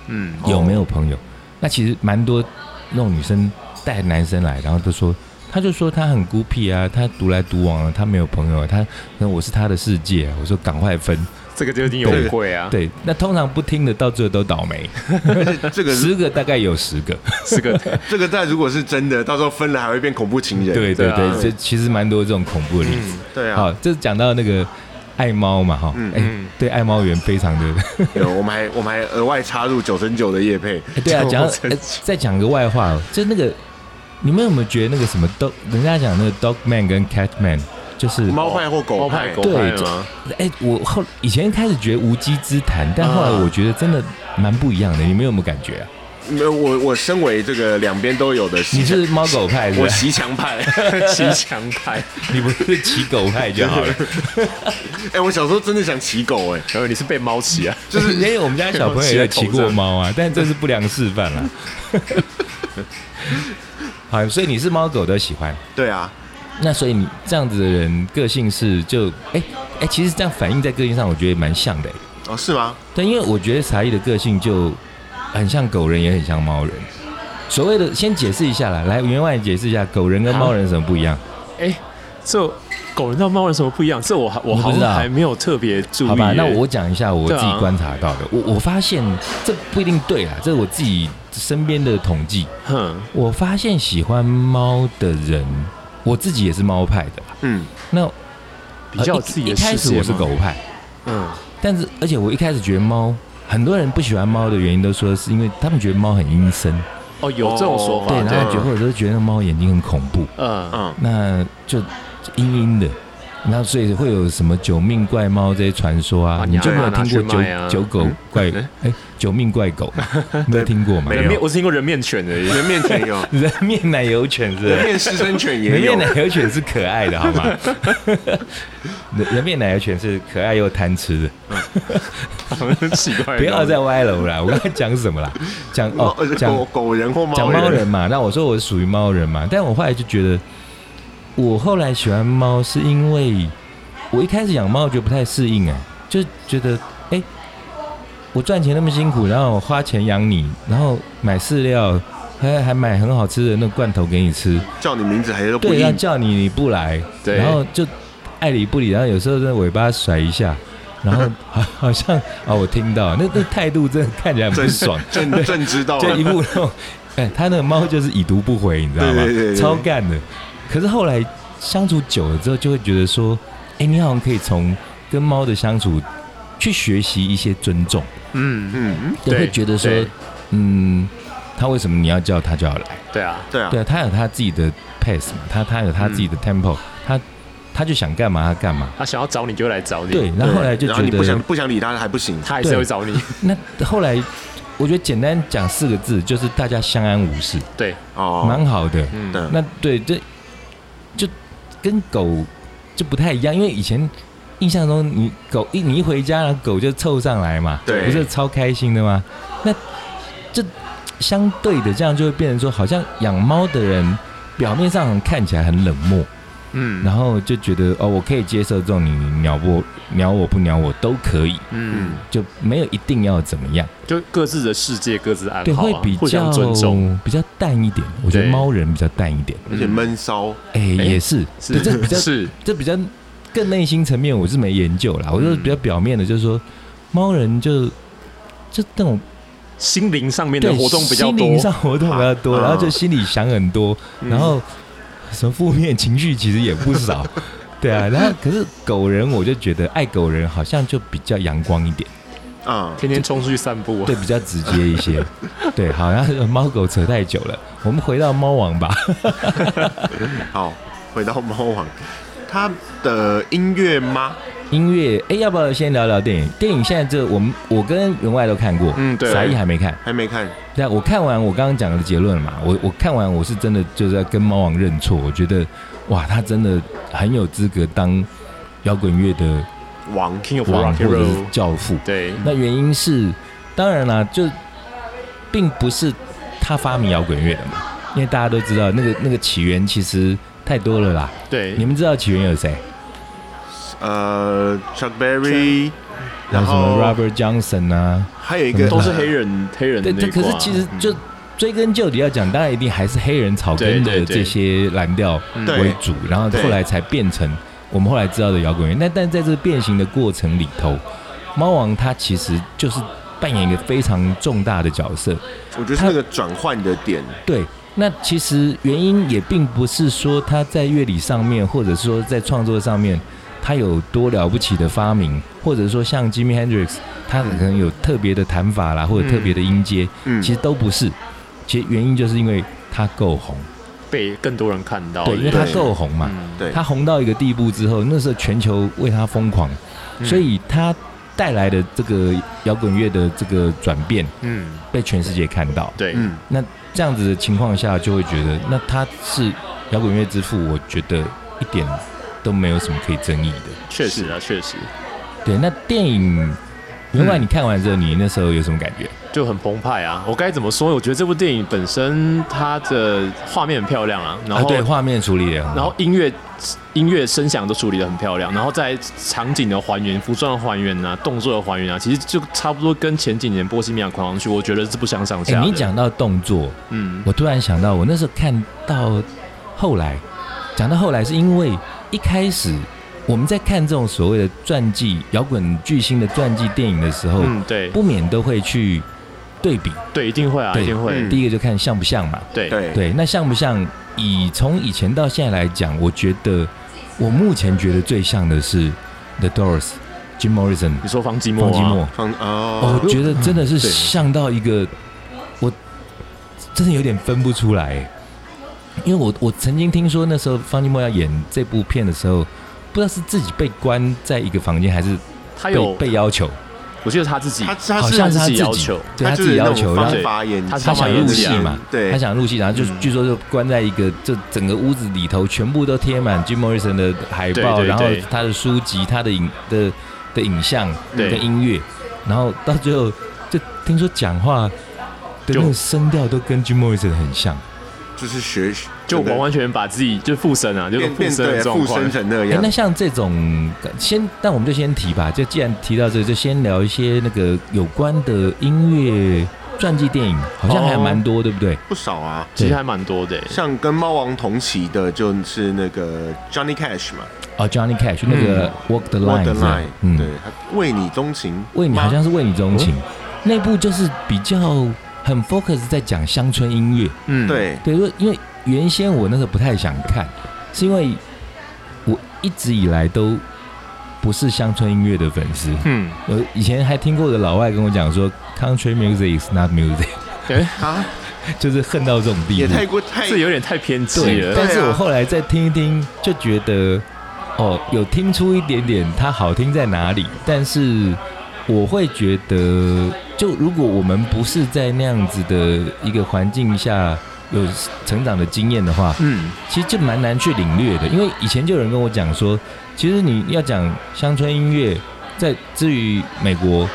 S2: 嗯，
S4: 有没有朋友？那其实蛮多那种女生带男生来，然后都说，他就说他很孤僻啊，他独来独往啊，他没有朋友啊，他那我是他的世界啊。我说赶快分。
S2: 这个就一定有
S1: 对
S2: 会啊，
S4: *laughs* 对，那通常不听的到最后都倒 *laughs* 霉，
S1: 而且哦这个
S4: 十个大概有十个。
S2: 是
S4: *laughs*
S2: 个
S1: 这个在如果是真的，到时候分了还会变恐怖情人。
S4: 对
S2: 对
S4: 对
S2: 啊
S4: 对，嗯这其实蛮多这种恐怖的例子。
S1: 对
S4: 好，
S1: 啊，
S4: 这讲到那个爱猫嘛，哈
S1: 嗯，
S4: 哎
S2: 嗯，
S4: 对爱猫园非常的。
S1: *laughs* 有我们还我们还额外插入九成九的叶配
S4: 哎，对啊，讲
S1: *laughs*
S4: 到、
S1: 九成
S4: 哎再讲个外话、哦，就那个，你们有没有觉得那个什么 dog，人家讲那个 dog man 跟 cat man，就是
S1: 猫派或狗
S2: 猫派狗
S4: 对
S2: 派
S4: 这
S2: 吗？
S4: 哎、我后以前开始觉得无稽之谈，但后来
S1: 啊
S4: 我觉得真的蛮不一样的。你们有没有感觉啊？
S1: 没有我我身为这个两边都有的，
S4: 你是猫狗派是
S1: 我
S4: 不是？
S1: 骑墙派。 *laughs*
S2: 骑墙派，
S4: 你不是骑狗派就好
S1: *laughs*
S4: 了。
S1: 哎，我小时候真的想骑狗，哎，
S2: 然后呃你是被猫骑
S4: *laughs*
S2: 啊，
S4: 就是因为我们家小朋友也有骑
S2: *laughs*
S4: 过猫啊，但这是不良示范啦。 *laughs* 好，所以你是猫狗都喜欢。
S1: 对啊，
S4: 那所以你这样子的人，个性是就哎哎、其实这样反映在个性上，我觉得蛮像的、哎
S1: 哦是吗？
S4: 对，因为我觉得茶艺的个性就很像狗人，也很像猫人。所谓的先解释一下啦，来员外解释一下，狗人跟猫人有什么不一样？
S2: 哎、这狗人到猫人什么不一样？这我还我
S4: 你不
S2: 好
S4: 知道
S2: 像还没有特别注意耶、
S4: 好吧，那我讲一下我
S2: 对
S4: 自
S2: 啊
S4: 己观察到的。我我发现这不一定对啦，这是我自己身边的统计。
S2: 哼，
S4: 我发现喜欢猫的人，我自己也是猫派的。
S1: 嗯，那
S2: 比
S4: 那
S2: 较
S4: 呃
S2: 有自己
S4: 一
S2: 的
S4: 一开
S2: 世
S4: 始
S2: 界
S4: 我是
S2: 嘛
S4: 狗，派，
S2: 嗯，
S4: 但是而且我一开始觉得猫，很多人不喜欢猫的原因都说是因为他们觉得猫很阴森，
S2: 哦，有这种说法，
S4: 对，
S1: 哦
S4: 然后觉得或者是觉得猫眼睛很恐怖。
S2: 嗯，
S1: 嗯
S4: 那就阴阴的。那所以会有什么九命怪猫这些传说啊？
S2: 啊
S4: 你就
S2: 你
S4: 没
S2: 要
S4: 有
S2: 拿
S4: 听
S2: 去
S4: 过
S2: 卖啊
S4: 九九狗
S2: *laughs*
S4: 怪哎九命怪狗吗？ *laughs* 没有听过吗？
S2: 人面我只听过人面犬而已，
S1: 人面犬有，
S4: 人面奶油犬是不
S1: 人
S4: 是？
S1: 面狮身犬也
S4: 人
S1: 有
S4: 面，奶油犬是可爱的，好吗？
S1: *laughs*
S4: 人人面奶油犬是可爱又贪吃的，
S2: 好 *laughs* 像很奇怪的东西，
S4: 不
S1: 哎
S4: 要再歪
S1: *laughs*
S4: 楼啦！我刚才讲什么啦？讲哦
S1: 哦，呃
S4: 讲
S1: 狗狗人或
S4: 讲
S1: 猫
S4: 猫人嘛，那我说我属于猫人嘛，但我后来就觉得，我后来喜欢猫是因为我一开始养猫觉得不太适应啊，就觉得哎、诶我赚钱那么辛苦，然后我花钱养你，然后买饲料，还还买很好吃的那罐头给你吃，
S1: 叫你名字还都不
S4: 对，要
S1: 应，
S4: 叫你你不来，
S2: 对
S4: 然后就爱理不理，然后有时候那尾巴甩一下。
S1: *laughs*
S4: 然后好好像啊、我听到那那态度真的看起来很不爽，
S1: 正正知
S4: *laughs*
S1: 道
S4: 就一
S1: 了，
S4: 步那种，哎，他那个猫就是已读不回，你知道吗？
S1: 对对对对
S4: 超干的。可是后来相处久了之后，就会觉得说，哎、你好像可以从跟猫的相处去学习一些尊重，
S2: 嗯嗯，
S1: 嗯，
S4: 对，会觉得说
S2: 对，
S4: 嗯，他为什么你要叫他就要来？
S2: 对啊，
S1: 对啊
S4: 对，啊，他有他自己的 pace 嘛，他他有他自己的
S1: 嗯
S4: tempo，、他他就想干嘛他干嘛。
S2: 他想要找你就来找你，
S4: 对，，然后后来就
S1: 然后
S4: 觉
S1: 你不想
S4: 得，
S1: 不想理他还不行，
S2: 他还是
S4: 对
S2: 会找你，
S4: 那后来我觉得简单讲四个字，就是大家相安无事，
S2: 对，
S1: 哦，
S4: 蛮好的。
S2: 嗯，
S1: 对
S4: 那对，这就跟狗就不太一样，因为以前印象中你狗一你一回家，然后狗就凑上来嘛，
S1: 对
S4: 不是超开心的吗？那这相对的，这样就会变成说，好像养猫的人表面上看起来很冷漠，
S2: 嗯
S4: 然后就觉得哦，我可以接受这种你鸟不鸟我不鸟我都可以，
S2: 嗯
S1: 嗯，，
S4: 就没有一定要怎么样，
S2: 就各自的世界，各自安
S4: 对，
S2: 好
S4: 会
S2: 啊
S4: 比，
S2: 互
S4: 较
S2: 相尊重，
S4: 比较淡一点。我觉得
S2: 对
S4: 猫人比较淡一点，
S1: 而且
S2: 嗯
S1: 闷骚，
S2: 哎
S4: 哎，也是，
S2: 是
S4: 对这比较
S2: 是，
S4: 这比较更内心层面，我是没研究啦，我
S2: 嗯
S4: 就是比较表面的，就是说猫人就就那种
S2: 心灵上面
S4: 对
S2: 的活动比较
S4: 心
S2: 多嗯
S4: 灵，上活动比较多，
S1: 啊
S4: 然后就心里想很多，然后什么负面情绪其实也不少。 *laughs* 对啊，然后可是狗人，我就觉得爱狗人好像就比较阳光一点，
S1: 啊，
S2: 天天冲出去散步，啊
S4: 对，比较直接
S2: *laughs*
S4: 一些。对，好，然后猫狗扯太久了，我们回到猫王
S2: *laughs*
S4: 吧。
S1: 好，回到猫王，他的音乐吗？
S4: 音乐，哎，要不要先聊聊电影？电影现在这我们我跟员外都看过，
S1: 嗯对
S4: 才艺还没看。
S1: 还没看，
S4: 对啊，我看完我刚刚讲的结论了嘛，我我看完我是真的就是要跟猫王认错，我觉得哇，他真的很有资格当摇滚乐的
S1: 王，
S2: King of
S4: 王
S2: Rock
S4: 或者是
S2: Hero，
S4: 教父。
S2: 对，
S4: 那原因是，当然啦，就并不是他发明摇滚乐的嘛，因为大家都知道那个那个起源其实太多了啦。
S2: 对，
S4: 你们知道起源有谁？
S1: 呃，Chuck Berry，然
S4: 有什么
S1: 后
S4: Robert Johnson 啊？
S1: 还有一个呃
S2: 都是黑，人，黑人的
S4: 对，
S2: 那
S4: 这
S2: 一
S4: 可是
S2: 挂
S4: 其实就追根究底要讲，当然一定还是黑人草根
S2: 嗯对对
S4: 的
S2: 对
S4: 这些蓝调
S2: 嗯
S1: 对
S4: 为主，然后
S1: 对
S4: 后来才变成我们后来知道的摇滚乐。那但在这变形的过程里头，猫王他其实就是扮演一个非常重大的角色。
S1: 我觉得是那个转换的点，
S4: 对，那其实原因也并不是说他在乐理上面，或者说在创作上面，他有多了不起的发明，或者说像 Jimi Hendrix，他可能有特别的弹法啦，或者特别的音阶，
S1: 嗯，
S4: 其实都不是。其实原因就是因为他够红，
S2: 被更多人看到，
S4: 哦对，因为他够红嘛，
S2: 嗯
S1: 对，
S4: 他红到一个地步之后，那时候全球为他疯狂，
S2: 嗯
S4: 所以他带来的这个摇滚乐的这个转变
S2: 嗯，
S4: 被全世界看到。
S2: 对，
S1: 嗯，
S4: 这样子的情况下，就会觉得那他是摇滚乐之父，我觉得一点都没有什么可以争议的。
S2: 确实啊，确实
S4: 对，那电影，另外你看完之后，你那时候有什么感觉？
S2: 就很澎湃啊！我该怎么说？我觉得这部电影本身它的画面很漂亮啊，然
S4: 啊，
S2: 后、
S4: 对画面处理的，
S2: 然后音乐音乐声响都处理得很漂亮，然后在场景的还原、服装的还原啊、动作的还原啊，其实就差不多跟前几年《波西米亚狂想曲》，我觉得是不相上
S4: 哎、
S2: 下的。
S4: 你讲到动作，
S2: 嗯，
S4: 我突然想到，我那时候看到后来，讲到后来是因为一开始我们在看这种所谓的传记摇滚巨星的传记电影的时候，
S2: 嗯，对
S4: 不免都会去对比，
S2: 对，一定会啊，
S4: 对
S2: 一定会，
S1: 嗯
S4: 第一个就看像不像嘛。
S2: 对
S1: 对，
S4: 对，那像不像以从以前到现在来讲，我觉得我目前觉得最像的是 The Doors、Jim Morrison、
S2: 你说方季莫、啊，
S4: 方季莫，
S1: 放
S4: 哦
S1: 哦，
S4: 我觉得真的是
S2: 对
S4: 像到一个，我真的有点分不出来，因为我我曾经听说那时候方季莫要演这部片的时候，不知道是自己被关在一个房间，还是
S2: 他
S4: 被
S2: 有，
S4: 被要求，
S2: 我记得哎他自己
S1: 他，他
S4: 好
S1: 是
S4: 像是他
S2: 自己
S4: 自
S2: 要
S4: 己
S2: 求，
S4: 对他
S1: 就
S4: 自己
S1: 是那
S4: 要
S1: 种
S4: 求，然后
S1: 方法演，
S2: 他是
S4: 他
S2: 方法
S4: 想
S2: 演
S4: 入
S2: 技
S4: 戏
S2: 啊
S4: 嘛，
S1: 对
S4: 他想入戏，然后就
S2: 嗯
S4: 据说就关在一个，就整个屋子里头全部都贴满 Jim Morrison 的海报，
S2: 对对
S4: 然后
S2: 对
S4: 他的书籍、他的影的的影像
S2: 对
S4: 跟音乐，然后到最后就听说讲话的
S2: 就
S4: 那个声调都跟 Jim Morrison 很像。
S1: 就是学，
S2: 就
S1: 整个
S2: 完完全全把自己就附身啊，就是
S1: 变
S2: 附
S1: 变
S2: 身的
S1: 对
S2: 状
S1: 附
S2: 况
S1: 身。成那
S4: 哎，
S1: 样
S4: 那，像这种先，那我们就先提吧。就既然提到这个，就先聊一些那个有关的音乐传记电影，好像还
S2: 哦
S4: 蛮多，对不对？
S1: 不少啊。
S2: 其实还蛮多的欸、
S1: 像跟猫王同期的就是那个 Johnny Cash 嘛
S4: 哦，Johnny Cash 那个
S2: 嗯
S4: Walk the
S1: ，Walk
S4: Line，
S1: the
S4: 是吧
S1: Line，
S4: 嗯，
S1: 对，他为你钟情，
S4: 为你好像是为你钟情，那部就是比较很 focus 在讲乡村音乐。
S2: 嗯，，
S1: 对，
S4: 对，因为因为原先我那时候不太想看，是因为我一直以来都不是乡村音乐的粉丝。
S2: 嗯，
S4: 我以前还听过的老外跟我讲说，country music is not music， *laughs*
S2: 哎，
S1: 啊，
S4: 就是恨到这种地
S1: 也
S4: 步。
S1: 太过太
S2: 这有点太偏激
S4: 对，
S2: 了。
S4: 但是我后来再听一听，就觉得哦，有听出一点点它好听在哪里。但是我会觉得，就如果我们不是在那样子的一个环境下有成长的经验的话，
S2: 嗯，
S4: 其实就蛮难去领略的。因为以前就有人跟我讲说，其实你要讲乡村音乐，在至于美国，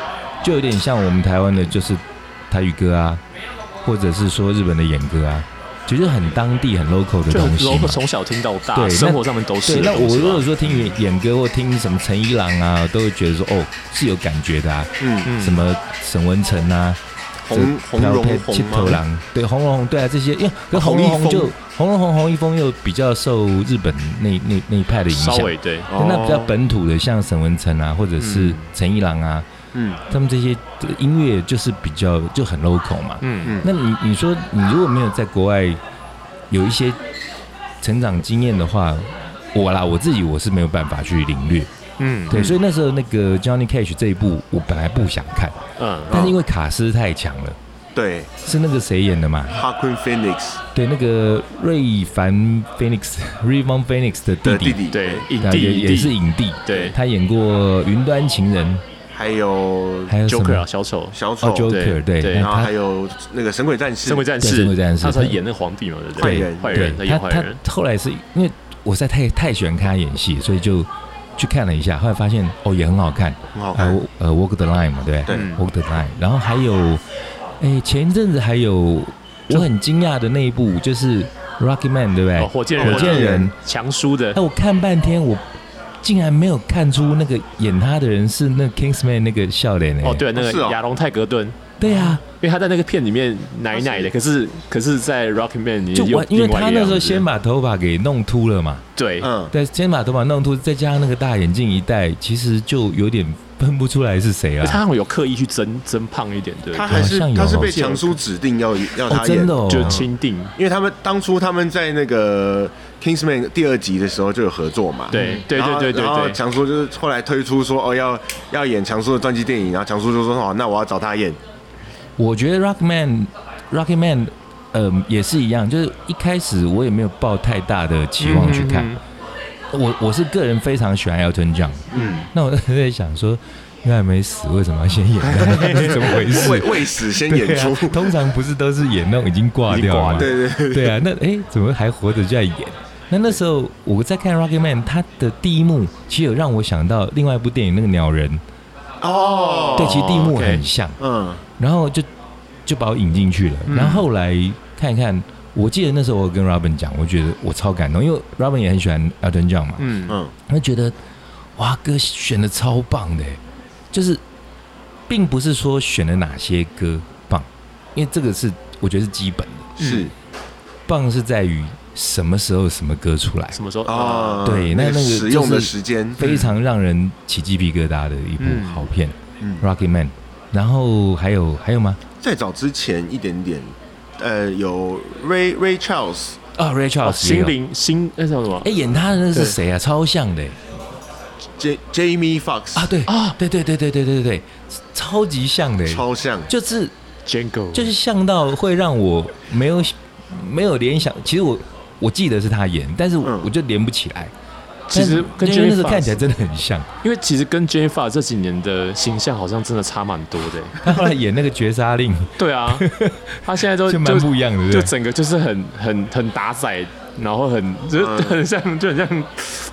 S4: 就有点像我们台湾的，就是台语歌啊，或者是说日本的演歌啊，其实很当地、很 local 的
S2: 就很
S4: 东西
S2: local，
S4: 嘛。
S2: 从小听到大，
S4: 对那
S2: 生活上面都是
S4: 对，
S2: 的
S4: 那
S2: 东
S4: 我
S2: 西吧。
S4: 如果说听演演歌或听什么陈一郎啊，都会觉得说哦是有感觉的啊，
S1: 嗯
S4: 什么沈文成啊，
S1: 红红
S4: 然后
S1: 绒
S4: 配
S1: 红
S4: 七头
S1: 吗？
S4: 狼，对红龙红，对啊，这些，因为跟
S1: 啊
S4: 红
S1: 红
S4: 龙
S1: 一
S4: 红
S1: 峰
S4: 就红龙红红一峰又比较受日本那那那一派的影
S2: 稍
S4: 响，
S2: 微对，
S1: 哦
S4: 那比较本土的，像沈文成啊，或者是
S1: 嗯
S4: 陈一郎啊，
S1: 嗯
S4: 他们这些音乐就是比较就很 local 嘛。
S2: 嗯
S1: 嗯，
S4: 那你你说你如果没有在国外有一些成长经验的话，我啦我自己我是没有办法去领略。
S2: 嗯
S4: 对，所以那时候那个 Johnny Cash 这一部我本来不想看，
S2: 嗯，
S4: 但是因为卡斯太强了，
S1: 对
S4: 是那个谁演的嘛？
S1: ，Harkin Phoenix
S4: 对，那个瑞凡 Phoenix、瑞 *laughs* 凡 Phoenix 的弟
S1: 的弟，
S4: 弟
S1: 弟，
S2: 对，影
S4: 啊
S2: 帝
S4: 也
S2: 影
S4: 也是
S2: 帝，
S4: 影帝，
S2: 对
S4: 他演过《云端情人
S1: 还有
S4: 还有什么
S2: Joker 啊，小丑》，
S1: 小丑
S4: 哦，，Joker，对，
S2: 对
S4: 那
S1: 然后
S4: 他
S1: 还有那个神鬼战士
S2: 神，鬼战
S4: 对神
S2: 士
S4: 鬼战，士
S2: 他才演那个皇帝嘛，对不
S1: 坏
S2: 对？
S1: 人
S2: 坏
S4: 对
S2: 人，他演
S4: 他
S2: 坏
S4: 他
S2: 人，
S4: 后来是因为我实在太太喜欢看他演戏，所以就去看了一下，后来发现哦也很好看，
S1: 很好
S4: 还
S1: 看，
S4: 有呃 Walk the Line 嘛，对不
S1: 对
S2: 嗯
S4: Walk the Line，然后还有哎前一阵子还有我很惊讶的那一部就是 Rocky Man，对不对
S2: 哦，？火箭人，
S4: 哎火箭人，
S2: 强叔的
S4: *laughs* 哎，我看半天我。竟然没有看出那个演他的人是那 Kingsman 那个笑脸呢？
S2: 哦，对，那
S1: 哦是哦
S2: 个亚龙泰格顿，
S4: 对啊，
S2: 因为他在那个片里面奶奶的，可是可是在 Rocky Man 里
S4: 就
S2: 有
S4: 我因为
S2: 另外一
S4: 他
S2: 个
S4: 那时候
S2: 样子
S4: 先把头发给弄秃了嘛，
S2: 对，
S1: 嗯，
S4: 对，先把头发弄秃，再加上那个大眼镜一戴，其实就有点分不出来是谁
S2: 他
S4: 了。
S2: 好像有刻意去增增胖一点，对，
S1: 他还是
S4: 好像有
S1: 他是被强叔指定要要
S4: 哦，
S1: 他演
S4: 真的，哦，
S2: 就钦定，
S1: 因为他们当初他们在那个 Kingsman 第二集的时候就有合作嘛，
S2: 对对
S1: 然后
S2: 对对对
S1: 然后
S2: 对
S1: 强叔就是后来推出说哦要要演强叔的传记电影，然后强叔就说哦好，那我要找他
S4: *laughs*
S1: 演，
S4: 我觉得 Rockman Rockman，嗯、也是一样，就是一开始我也没有抱太大的期望去看。
S2: 嗯
S4: 我我是个人非常喜欢 Elton John，
S1: 嗯，
S4: 那我在想说，因为还没死，为什么要先演？是怎么回事？
S1: 为为死先演出，
S4: *laughs* 对啊通常不是都是演那种已经挂掉了吗？
S1: 对对对，
S4: 对啊，那哎、诶怎么还活着就在演？那那时候我在看《Rocket Man》，他的第一幕其实有让我想到另外一部电影《那个鸟人》，
S1: 哦，
S4: 对，其实第一幕
S2: OK
S4: 很像，
S1: 嗯，
S4: 然后就就把我引进去了。
S2: 嗯
S4: 然后后来看一看，我记得那时候我跟 Robin 讲，我觉得我超感动，因为 Robin 也很喜欢 Elton John 嘛，
S2: 嗯嗯，
S1: 嗯
S4: 他觉得哇歌选的超棒的，欸就是并不是说选了哪些歌棒，因为这个是我觉得是基本的。
S1: 是
S4: 棒是在于什么时候什么歌出来，
S2: 什么时候啊？
S1: 哦，
S4: 对那
S1: 那
S4: 那个
S1: 使用
S4: 就
S1: 的
S4: 是
S1: 时间
S4: 非常让人起鸡皮疙瘩的一部
S2: 嗯
S4: 好片，
S1: 嗯
S4: 《Rocky Man》。然后还有还有吗？
S1: 再早之前一点点，呃，有 Ray Ray Charles，
S4: 啊、r a y Charles
S2: 哦
S4: 也
S2: 心
S4: 有。
S2: 灵心那叫什么
S4: 哎，？演他的那是谁啊？超像的
S1: J Jamie Fox
S4: 啊！对
S2: 啊
S4: 对对对对对对对，超级像的，欸
S1: 超像，
S4: 就是
S2: Django
S4: 就是像到会让我没有没有联想。其实我我记得是他演，但是我,、
S1: 嗯
S4: 我就连不起来。
S2: 其实
S4: 但
S2: 跟
S4: 是因为那时
S2: Jamie
S4: 候看起来
S2: Foxx，
S4: 真的很像。
S2: 因为其实跟 Jamie Foxx 这几年的形象好像真的差蛮多的。欸
S4: 他后来演那个《绝杀令
S2: 对
S4: *laughs*
S2: 啊，他现在都》
S4: 就蛮不一样的，
S2: 就
S4: 对不对，
S2: 整个就是很很很打仔，然后很就
S1: 嗯
S2: 很像就很像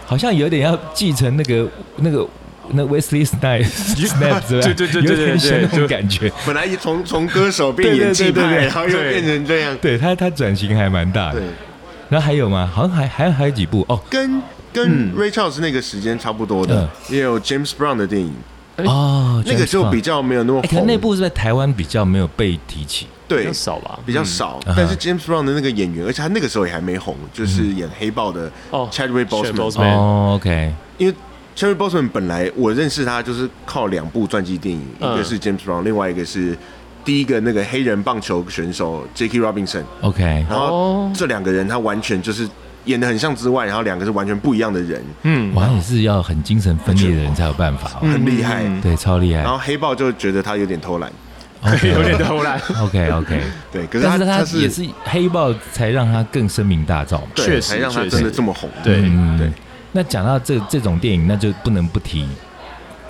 S4: 好像有点要继承那个那个那
S1: *laughs*
S4: Wesley Snipes Snap
S2: 对
S4: 是吧？
S2: 对对对对
S4: 有点像那
S2: 对
S4: 种
S2: 就
S4: 感觉。
S1: 本来也从从歌手变
S4: 对对
S1: 演技
S4: 对对
S1: 派，
S4: 对
S1: 然后又
S2: 对
S1: 变成这样，
S4: 对他，他转型还蛮大的
S1: 对。。
S4: 然后还有吗？好像还还还有几部哦
S1: 跟跟 Ray Charles 那个时间差不多的，也有 James Brown 的电影，
S2: 哎
S4: 哦，
S1: 那个就
S4: James Bond
S1: 比较没有那么
S4: 哎，可能
S1: 红，
S4: 那部是在台湾比较没有被提起。
S2: 比
S1: 对
S2: 较少吧，
S1: 比较少
S4: 嗯，
S1: 但是 James Brown 的那个演员，而且他那个时候也还没红，就是演黑豹的
S2: 哦
S1: Chadwick
S2: Chadwick
S1: Boseman，
S2: Boseman 对
S4: 哦，OK，
S1: 因为 Chadwick Boseman 本来我认识他就是靠两部传记电影，一
S2: 嗯
S1: 个是 James Brown，另外一个是第一个那个黑人棒球选手 Jackie Robinson，
S4: OK，
S1: 然后
S2: 哦
S1: 这两个人他完全就是演的很像之外，然后两个是完全不一样的人，
S2: 嗯，
S4: 我好像也是要很精神分裂的人才有办法、哦，
S1: 很厉害。
S2: 嗯
S4: 对，超厉害
S1: 然。后黑豹就觉得他有点偷懒， *laughs*
S2: 有点偷懒，
S4: OK OK，
S1: 对， *laughs* 可是
S4: 但
S1: 他
S4: 是他
S1: 是
S4: 也是黑豹才让他更声名大噪嘛。
S1: 对
S2: 确实
S1: 才让他
S2: 确实
S1: 真的这么红。
S2: 对
S4: 嗯
S1: 对。
S4: 那讲到这这种电影，那就不能不提《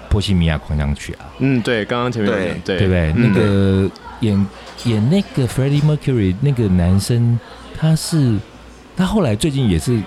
S4: 波西米亚狂想曲》啊，
S2: 嗯，对，刚刚前面有讲对
S4: 对不对？
S2: 嗯
S4: 那个演演那个 Freddie Mercury 那个男生，他是他后来最近也是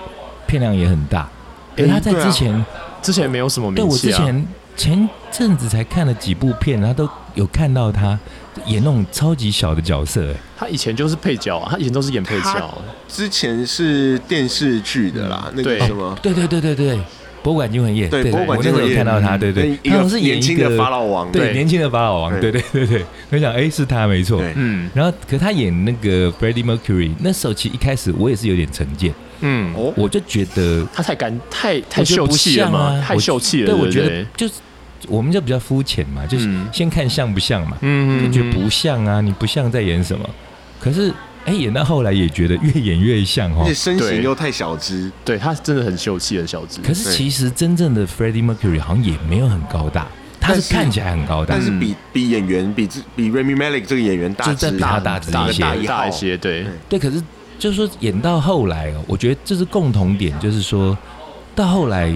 S4: 片量也很大，可是他在
S1: 对啊
S4: 之前，
S2: 之前没有什么
S4: 对
S2: 名
S4: 我之
S2: 气啊，
S4: 前前阵子才看了几部片，然后都有看到他演那种超级小的角色，哎
S2: 他以前就是配角啊，他以前都是演配角，啊
S1: 之前是电视剧的啦，那个
S2: 对
S1: 什么，
S4: 嗯哦对对对对对，博物馆惊魂夜，
S1: 哎对
S4: 对，
S1: 博物馆
S4: 我那时候
S1: 惊魂
S4: 有
S1: 夜嗯
S4: 看到他，对对，
S1: 一
S4: 他好
S1: 个
S4: 像是演
S1: 年轻
S4: 一
S1: 的
S4: 个
S1: 法老王，
S4: 对，
S2: 对
S4: 年轻的法老王，
S1: 对
S4: 对对对对，我想哎是他没错
S1: 对。
S2: 嗯
S4: 然后，可他演那个 Freddie Mercury 那时候，其实一开始我也是有点成见，
S2: 嗯，
S1: 哦，
S4: 我就觉得
S2: 他太干太太
S4: 我觉得
S2: 秀
S4: 不
S2: 气了
S4: 像
S2: 嘛，
S4: 啊
S2: 太
S4: 我
S2: 秀气了，
S4: 对，
S2: 不
S4: 我觉得就是我们就比较肤浅嘛，就是
S2: 嗯
S4: 先看像不像嘛，
S2: 嗯
S4: 就觉得不像啊，你不像在演什么。可是哎，演到后来也觉得越演越像哦
S1: 而且。身形
S2: 对
S1: 又太小
S4: 嗯
S1: 只，
S2: 对他真的很秀气，很小只，
S4: 可是
S1: 对
S4: 其实真正的 Freddie Mercury 好像也没有很高大，他
S1: 但
S4: 是
S1: 是
S4: 看起来很高大
S1: 但，是比比演员比之比 Remy Malik 这个演员大
S4: 就再
S1: 只
S4: 大大只
S1: 大
S4: 一些
S1: 大一号
S2: 大一些，对，
S4: 对，可是就是说演到后来哦，我觉得这是共同点，就是说到后来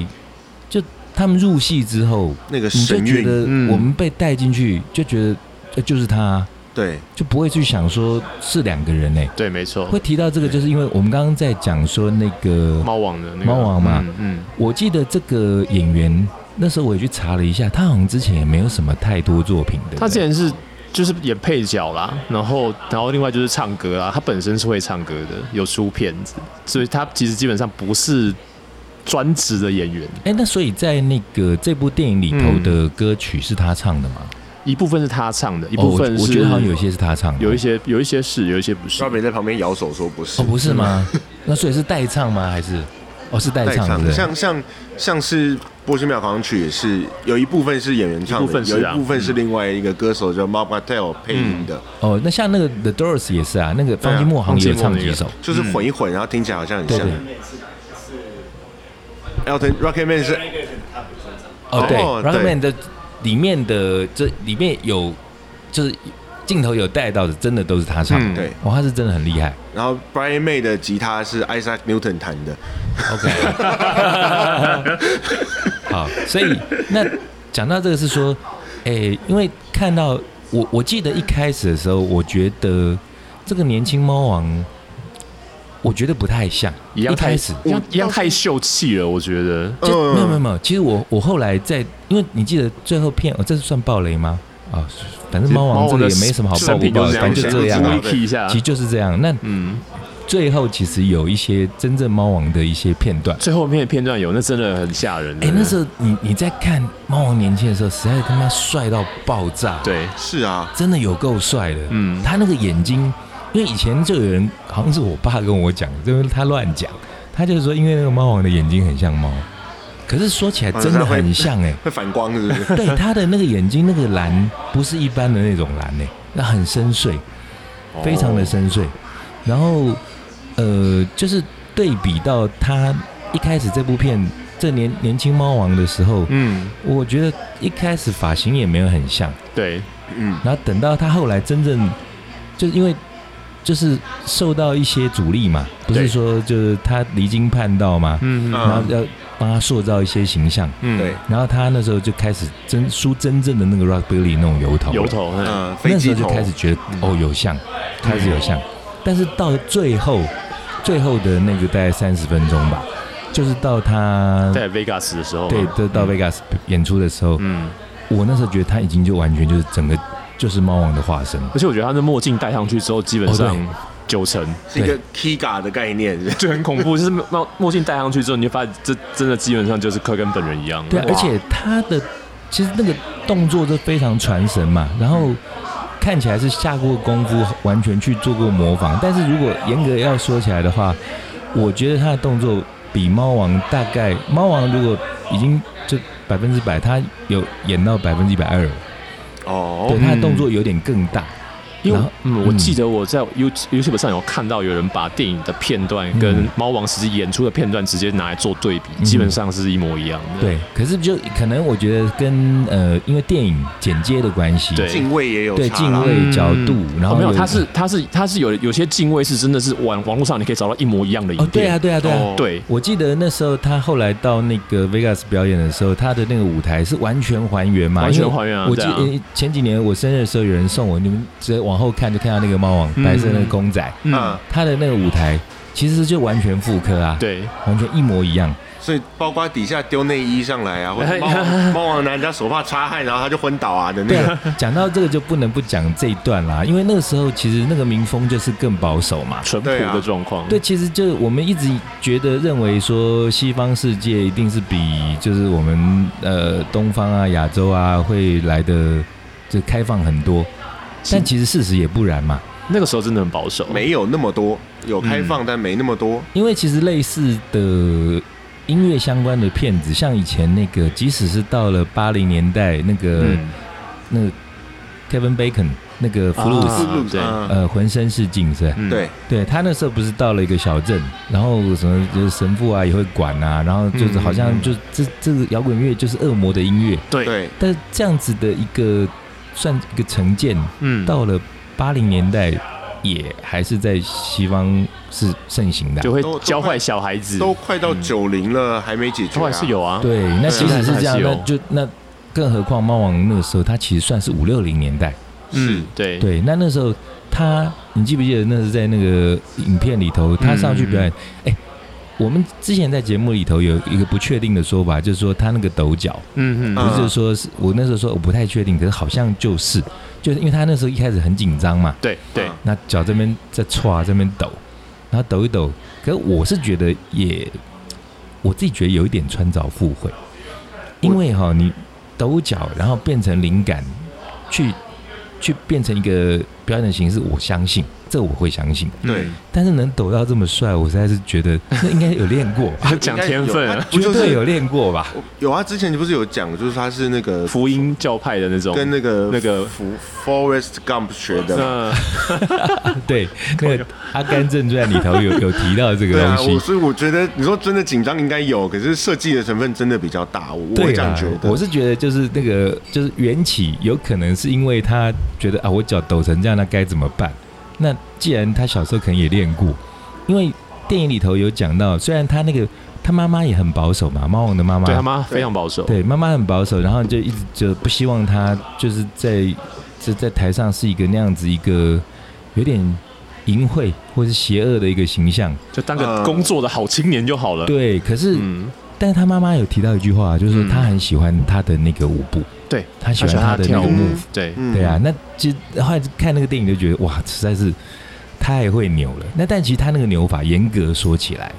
S4: 就他们入戏之后，
S1: 那个
S4: 你就
S1: 神
S4: 觉得
S1: 韵，
S2: 嗯
S4: 我们被带进去，就觉得呃就是他，
S1: 对，
S4: 就不会去想说是两个人哎。
S2: 对，没错，
S4: 会提到这个，就是因为我们刚刚在讲说那个，
S2: 猫王的那个
S4: 猫王嘛
S2: 嗯嗯，
S4: 我记得这个演员那时候我也去查了一下，他好像之前也没有什么太多作品的。
S2: 他之前是就是演配角啦，然后然后另外就是唱歌啦，他本身是会唱歌的，有出片子，所以他其实基本上不是专职的演员，
S4: 哎，那所以在那个这部电影里头的歌曲是他唱的吗？
S2: 一部分是他唱的，一
S4: 一
S2: 部分是、
S4: 哦我觉得好像有些是他唱的，
S2: 有一些有一些是，有一些不是
S1: 赵。北在旁边摇手说不是
S4: 哦，，不是吗？那所以是代唱吗？还是哦是代唱
S1: 唱
S4: 的？
S1: 像像像是《波西米亚狂想曲》也是有一部分是演员唱
S2: 一部
S1: 的，
S2: 分是
S1: 有
S2: 啊
S1: 一部分是另外一个歌手叫 Mark Patel 配音的，
S2: 嗯
S4: 哦，那像那个 The Doors 也是啊，那个
S1: 对
S4: 方
S1: 啊
S4: 金莫好像也有
S2: 方
S4: 唱
S2: 季莫那
S4: 几
S2: 个
S4: 首，
S1: 就是混一混，然后听起来好像很
S4: 嗯对
S1: 像
S4: 对。
S1: Elton Rocketman 是
S4: 哦对
S1: 哦
S4: ，Rockman 的里面的这里面有就是镜头有带到的，真的都是他唱
S2: 嗯
S4: 的。哦
S1: 对，
S4: 哇，他是真的很厉害。
S1: 然后 Brian May 的吉他是 Isaac Newton 弹的，
S4: OK，好，所以那讲到这个是说，诶、因为看到我，我记得一开始的时候，我觉得这个年轻猫王，我觉得不太像，
S2: 一样太嗯
S4: 开始。
S2: 一样一样太秀气了，我觉得。
S4: 就
S1: 嗯
S4: 没有没有没有，其实我我后来在，因为你记得最后片，哦，这是算暴雷吗？啊、反正猫王这个也没什么好
S2: 成
S4: 爆不
S2: 品就
S4: 爆，
S2: 是
S4: 反正就这样
S1: 这
S4: 啊
S1: 样，
S2: 提一下
S4: 其，实就是这样。那
S2: 嗯，
S4: 最后其实有一些真正猫王的一些片段，
S2: 最后面的片段有，那真的很吓人。
S4: 哎、那时候你你在看猫王年轻的时候，实在他妈帅到爆炸，，
S2: 对，
S1: 是啊，
S4: 真的有够帅的。
S2: 嗯
S4: 他那个眼睛，因为以前就有人好像是我爸跟我讲，就是他乱讲，他就是说因为那个猫王的眼睛很像猫，可是说起来真的很
S2: 哦
S4: 像哎、
S1: 会反光是不是？
S4: 对他的那个眼睛那个蓝不是一般的那种蓝哎、那很深邃，
S2: 哦
S4: 非常的深邃。然后呃，就是对比到他一开始这部片这年年轻猫王的时候，
S2: 嗯，
S4: 我觉得一开始发型也没有很像，
S2: 对，
S1: 嗯，
S4: 然后等到他后来真正，就是因为就是受到一些阻力嘛，不
S2: 对
S4: 是说就是他离经叛道嘛，
S2: 嗯
S1: 嗯
S4: 然后要帮他塑造一些形象，
S1: *laughs*
S2: 嗯
S1: 对，
S4: 然后他那时候就开始真梳真正的那个 rockabilly 那种油头了，
S2: 油头，嗯
S1: 呃，飞
S4: 那时
S1: 机
S4: 候就
S1: 头嗯
S4: 开始觉得哦有像，开始有像，但是到最后最后的那个大概三十分钟吧，就是到他
S2: 在 Vegas 的时候，
S4: 对，就
S1: 嗯
S4: 到 Vegas 演出的时候，
S2: 嗯，
S4: 我那时候觉得他已经就完全就是整个就是猫王的化身，
S2: 而且我觉得他的墨镜戴上去之后，基本上
S4: 哦
S2: 九成，
S1: 是一个 Kiga 的概念， *laughs* 是不是
S2: 就很恐怖。就是墨墨镜戴上去之后，你就发现这真的基本上就是快跟本人一样。
S4: 对啊，
S2: 哇
S4: 而且他的其实那个动作都非常传神嘛，然后看起来是下过功夫，完全去做过模仿。但是如果严格要说起来的话，我觉得他的动作比猫王大概，猫王如果已经就百分之百，他有演到百分之一百二，
S1: 哦
S4: 嗯对，他的动作有点更大。
S2: 因为
S4: 然后
S2: 嗯，我
S4: 嗯
S2: 记得我在 You YouTube 上有看到有人把电影的片段跟
S4: 嗯
S2: 《猫王》实际演出的片段直接拿来做对比，
S4: 嗯
S2: 基本上是一模一样的。
S4: 对，可是就可能我觉得跟呃，因为电影剪接的关系，
S2: 对
S1: 敬畏也有
S4: 对
S1: 差
S4: 敬
S1: 啦
S4: 畏
S2: 嗯
S4: 角度然
S2: 哦
S4: 后
S2: 没有，
S4: 有
S2: 它是它是它是有有些敬畏是真的是网网络上你可以找到一模一样的影
S4: 哦
S2: 片。，
S4: 对啊，对啊，对啊，
S1: 哦
S2: 对
S4: 我记得那时候他后来到那个 Vegas 表演的时候，他的那个舞台是完全还原嘛，
S2: 完全
S4: 因为
S2: 还原啊
S4: 我记
S2: 对啊
S4: 得前几年我生日的时候，有人送我，你们直接往后看就看到那个猫王白色那个公仔，
S1: 嗯，
S4: 他的那个舞台其实就完全复刻啊，，
S2: 对，
S4: 完全一模一
S2: *laughs*
S4: 样。
S1: 所以包括底下丢内衣上来啊，或
S2: 哎
S1: 者猫王猫王拿人家手帕擦汗，然后他就昏倒啊的那
S4: 对
S1: 个。
S4: 啊，讲到这个就不能不讲这一段啦，因为那个时候其实那个民风就是更保守嘛。
S2: 淳朴
S1: 对啊
S2: 的状况。
S4: 对，其实就是我们一直觉得认为说西方世界一定是比就是我们呃东方啊、亚洲啊会来的就开放很多，但其实事实也不然嘛。
S2: 那个时候真的很保守。
S1: 没有那么多，有开
S2: 嗯
S1: 放但没那么多。
S4: 因为其实类似的音乐相关的片子，像以前那个，即使是到了八零年代那个、
S2: 嗯，
S4: 那个 Kevin Bacon 那个福鲁斯，
S2: 啊
S1: 是
S2: 对
S1: 嗯
S4: 呃，浑身是劲是吧
S2: 嗯
S1: 对，
S4: 对他那时候不是到了一个小镇，然后什么就是神父啊也会管啊，然后就是好像就、这这个摇滚乐就是恶魔的音乐，
S2: 对
S1: 对，
S4: 但是这样子的一个算一个成见，
S2: 嗯，
S4: 到了八零年代也还是在西方是盛行的
S2: 就
S4: 啊、
S2: 会
S1: 都都
S2: 教
S1: 快
S2: 坏小孩子，
S1: 都快到
S2: 嗯
S1: 九零了，还没解决、
S2: 都
S1: 啊。
S2: 还是有啊。
S4: 对，那即使是这样，
S2: 现在还是有
S4: 那就那更何况猫王那个时候，他其实算是五六零年代，
S2: 嗯，对，
S4: 对，那那时候他，你记不记得那是在那个影片里头，他上去表演？哎、我们之前在节目里头有一个不确定的说法，就是说他那个抖脚，
S2: 嗯
S4: 不
S1: 嗯
S2: 嗯，
S4: 是就是说是我那时候说我不太确定，可是好像就是，就是因为他那时候一开始很紧张嘛，
S2: 对对
S1: 嗯，
S4: 那脚这边在歘这边抖，然后抖一抖，可是我是觉得也，我自己觉得有一点穿凿附会，因为哈、你抖脚然后变成灵感，去去变成一个表演的形式，我相信这我会相信，
S1: 对，
S2: 嗯
S4: 但是能抖到这么帅，我实在是觉得那应该有练过吧，
S2: 嗯 *laughs* 讲天分啊，
S1: *laughs* 不
S4: 绝
S1: 就
S4: 对
S1: 是
S4: 有练过吧？
S1: 有啊？之前你不是有讲，就是他是那个
S2: 福音教派的那种，
S1: 跟那个
S2: 那个
S1: 福 Forest Gump 学的嘛。
S2: 嗯，
S4: 对，
S1: *laughs*
S4: 那个《阿甘正传》里头有有提到这
S1: 对
S4: 个
S1: 啊，
S4: 东
S1: 我
S4: 西。
S1: 所以我觉得你说真的紧张应该有，可是设计的成分真的比较大，我我
S4: 对
S1: 会
S4: 啊
S1: 这样觉得。
S4: 我是觉得就是那个就是缘起，有可能是因为他觉得啊，我脚抖成这样，那该怎么办？那既然他小时候可能也练过，因为电影里头有讲到，虽然他那个他妈妈也很保守嘛，猫王的妈妈，
S2: 对他妈非常保守，
S4: 对妈妈很保守，然后就一直就不希望他就是在就在台上是一个那样子一个有点淫秽或是邪恶的一个形象。
S2: 就当
S1: 嗯
S2: 个工作的好青年就好了。
S4: 对，可是、
S2: 嗯，
S4: 但是他妈妈有提到一句话，就是说
S2: 嗯
S4: 她很喜欢他的那个舞步，
S2: 对，
S4: 她喜
S2: 他
S4: 欢
S2: 喜欢
S4: 他
S2: 他
S4: 的那
S2: 跳
S4: 个
S2: 舞
S1: 舞
S4: move。
S2: 对，
S1: 嗯
S4: 对啊，，那其实后来看那个电影就觉得哇，实在是太会扭了。那但其实他那个扭法，严格说起来，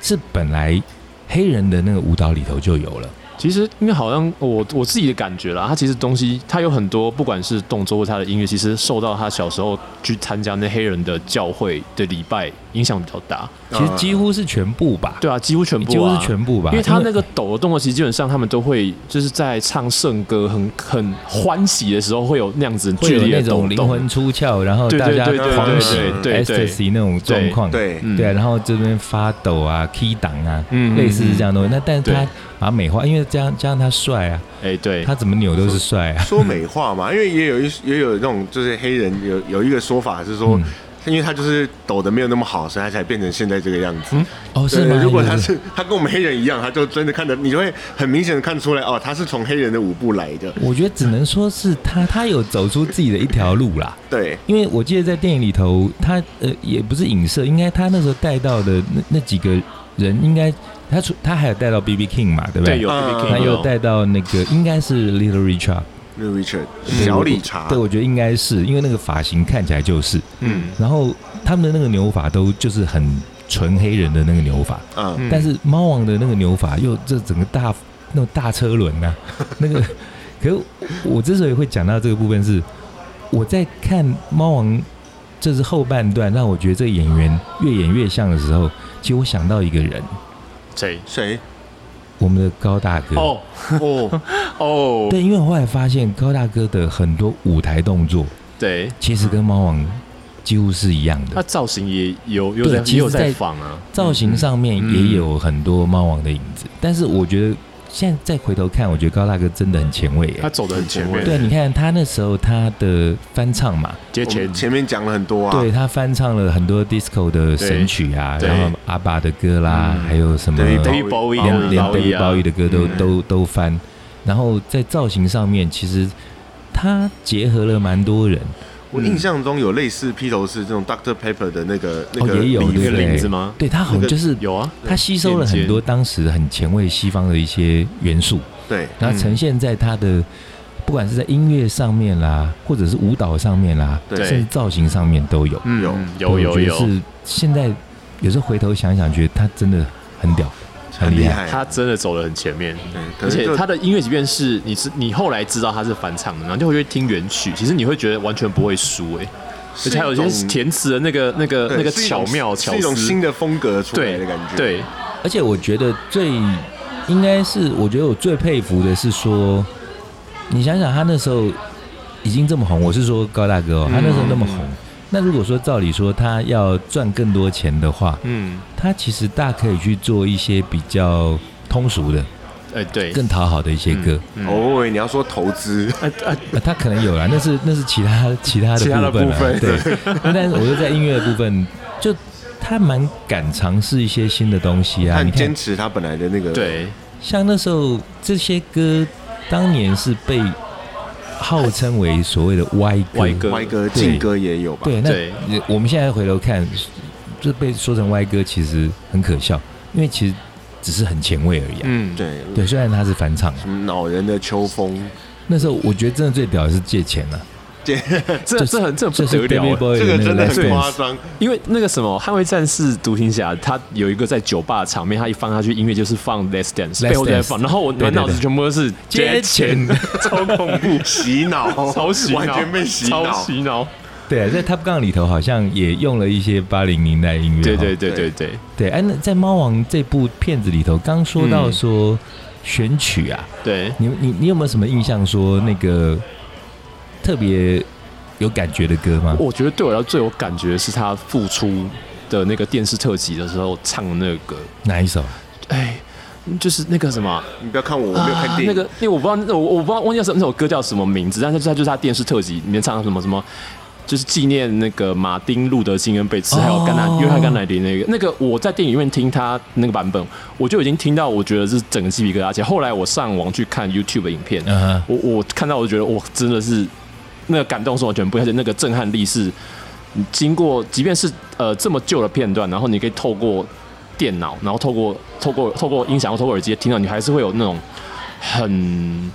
S4: 是本来黑人的那个舞蹈里头就有了。
S2: 其实因为好像我我自己的感觉啦，他其实东西他有很多，不管是动作或他的音乐，其实受到他小时候去参加那黑人的教会的礼拜影响比较大。
S4: 其实几乎是全部吧，
S2: 对啊，几乎全部、啊，
S4: 几乎是全部吧，
S2: 因为他那个抖的动作，其实基本上他们都会就是在唱圣歌很很欢喜的时候，会有那样子
S4: 会
S2: 剧
S4: 有
S2: 烈
S4: 那
S2: 的抖
S4: 种灵魂
S2: 动。
S4: 出窍，然后
S2: 对
S4: 大
S2: 对
S4: 家
S2: 对对
S4: 狂
S2: 对
S4: 喜
S2: 对对对
S4: ecstasy 那种状况，
S1: 对，
S2: 嗯
S4: 对啊，然后这边发抖啊、key 档啊，
S2: 嗯
S4: 类似是这样的东西。那但是
S2: 对
S4: 他把它美化，因为这样这样他帅啊，
S2: 哎、对，
S4: 他怎么扭都是帅啊。
S1: 说美化嘛，因为也有一也有那种就是黑人有有一个说法是说
S4: 嗯，
S1: 因为他就是抖的没有那么好，所以他才变成现在这个样子。
S4: 哦，是
S1: 对，
S4: 吗？
S1: 如果
S4: 有
S1: 他
S4: 的
S1: 是他跟我们黑人一样，他就真的看得，你就会很明显的看出来哦，他是从黑人的舞步来的。
S4: 我觉得只能说是他，他有走出自己的一条路啦。
S1: 对，
S4: 因为我记得在电影里头，他呃也不是影射，应该他那时候带到的那那几个人，应该他除他还有带到 B B King 嘛，对不
S2: 对
S4: 对？
S2: 有
S1: 嗯
S2: BB
S1: 嗯
S2: King，
S4: 还有带到那个应该是 Little Richard
S1: 那 Richard
S4: 对
S1: 小
S4: 我
S1: 理查，
S4: 嗯对，我觉得应该是因为那个发型看起来就是，
S2: 嗯，
S4: 然后他们的那个扭法都就是很纯黑人的那个扭法，
S1: 嗯，
S2: 嗯
S4: 但是猫王的那个扭法又这整个大那种大车轮呐、啊那个，可是我之所以会讲到这个部分是，我在看猫王这是后半段，让我觉得这个演员越演越像的时候，其实我想到一个人，
S2: 谁？
S1: 谁？
S4: 我们的高大哥。
S2: 哦
S1: 哦，
S2: 哦，
S4: 对，因为我后来发现高大哥的很多舞台动作，
S2: 对，
S4: 其实跟猫王几乎是一样的
S2: 它。造型也有有在
S4: 对其实
S2: 也有在
S4: 在
S2: 仿啊，
S4: 造型上面
S2: 嗯
S4: 也有很多猫王的影子，但是我觉得现在再回头看，我觉得高大哥真的很前卫耶
S2: 它。走的很前
S1: 前
S2: 面，
S1: 面
S4: 对，你看他那时候他的翻唱嘛，
S2: 接
S1: 我们
S2: 前
S1: 前面讲了很多啊，
S4: 对他翻唱了很多 disco 的神曲啊，
S2: 对
S4: 然后阿爸的歌啦，
S2: 嗯
S4: 还有什么
S1: David
S4: 连
S2: David Bowie
S1: 包
S4: 连
S2: David
S4: David
S2: Bowie 啊
S4: Bowie 的歌都
S1: 嗯
S4: 都都翻，然后在造型上面，其实他结合了蛮多人，
S1: 我印象中有类似披头士这种 Doctor Pepper 的那个那个
S4: 哦也有
S1: 礼
S2: 那
S4: 对
S2: 个
S4: 不对
S2: 领子吗？
S4: 对他好像就是
S2: 有啊，
S4: 他吸收了
S2: 连接
S4: 很多当时很前卫西方的一些元素，
S1: 对，
S4: 然后
S2: 嗯
S4: 呈现在他的不管是在音乐上面啦，或者是舞蹈上面啦，
S1: 对
S4: 甚至造型上面都有。
S2: 嗯
S1: 有
S2: 有
S4: 对我
S2: 有
S4: 觉得
S2: 有，
S4: 是现在有时候回头想想，觉得他真的很屌，
S1: 很
S4: 很
S1: 厉
S4: 厉
S1: 害。
S2: 他真的走的很前面，
S1: 对，哎可
S2: 而
S1: 是
S2: 且
S1: 就
S2: 他的音乐即便是你是你后来知道他是翻唱的，然后就会去听原曲，其实你会觉得完全不会输哎、
S1: 是
S2: 而且还有一些
S1: 种
S2: 填词的那个那个
S1: 对
S2: 那个
S1: 是一种
S2: 巧妙巧
S1: 是一种新
S2: 思，
S1: 的风格出来
S2: 对
S1: 的感觉。，
S2: 对，
S4: 而且我觉得最应该是，我觉得我最佩服的是说，你想想他那时候已经这么红，我是说高大
S2: 嗯
S4: 哥、哦，他那时候那么红。那如果说照理说他要赚更多钱的话，
S2: 嗯，
S4: 他其实大可以去做一些比较通俗的、
S2: 哎、对，
S4: 更讨好的一些歌。
S2: 嗯
S1: 哦，我以为你要说投资，
S2: 呃呃，
S4: 啊，他可能有啦，那是那是其他其他的
S1: 其他的
S4: 部分
S1: 部
S4: 啦
S1: 分
S4: 对。但是我就在音乐的部分，就他蛮敢尝试一些新的东
S1: *laughs*
S4: 西啊。
S1: 他
S4: 你
S1: 很
S4: 看
S1: 坚，持他本来的那个，
S2: 对，
S4: 像那时候这些歌，当年是被号称为所谓的歪歌，
S2: 歪歌
S1: 歪歌、
S4: 对
S1: 劲歌也有吧？
S4: 对，
S2: 对
S4: 那也我们现在回头看，就被说成歪歌，其实很可笑，因为其实只是很前卫而已啊。
S2: 嗯，
S1: 对
S4: 对，虽然他是翻唱，
S1: 什么恼人的秋风，
S4: 那时候我觉得真的最屌的是借钱了、
S2: 这这很这
S4: 就
S2: 很
S4: 是
S2: 不得了、
S4: David
S2: 欸。
S4: Bowie
S1: 啊这个
S4: 的那
S1: 真的
S4: Last
S1: 很
S4: Dance
S1: 夸 *laughs* 张。
S2: 因为那个什么《捍卫战士》独行侠，他有一个在酒吧的场面，他一放下去，音乐就是放《Let's Dance》，
S4: Let's
S2: 背后就在
S4: Dance
S2: 放，然后我
S4: 对对
S2: 满脑子
S4: 对
S2: 全部都是
S4: 接钱，
S2: 超
S1: *laughs*
S2: 恐怖，
S1: 洗脑，
S2: 超洗脑，
S1: *laughs* 完全被洗脑。
S2: 超洗脑，
S4: 对啊，在 Top Gun 里头好像也用了一些八零年代音乐哦。
S2: 对对对对对
S4: 对，哎，那在《猫王》这部片子里头，刚说到说选曲啊，
S2: 对，
S4: 你你你有没有什么印象？说那个特别有感觉的歌吗？
S2: 我觉得对我来说最有感觉是他复出的那个电视特辑的时候唱的那个歌，
S4: 哪一首？
S2: 哎，就是那个什么啊，
S1: 你不要看我，我没有看
S4: 啊
S1: 电影。
S2: 那个那个我不知道，那我我不知道忘记叫什么那首歌叫什么名字，但是它就是他电视特辑里面唱的什么什么。就是纪念那个马丁路德金恩被刺，还有甘乃
S4: 哦
S2: 约翰甘乃迪那个那个，我在电影院听他那个版本，我就已经听到，我觉得是整个鸡皮疙瘩。而且后来我上网去看 YouTube 的影片，
S4: 嗯哼，
S2: 我我看到我就觉得我真的是那个感动是完全不一样，而且那个震撼力是你经过，即便是呃这么旧的片段，然后你可以透过电脑，然后透过透过透过音响，透过耳机听到，你还是会有那种很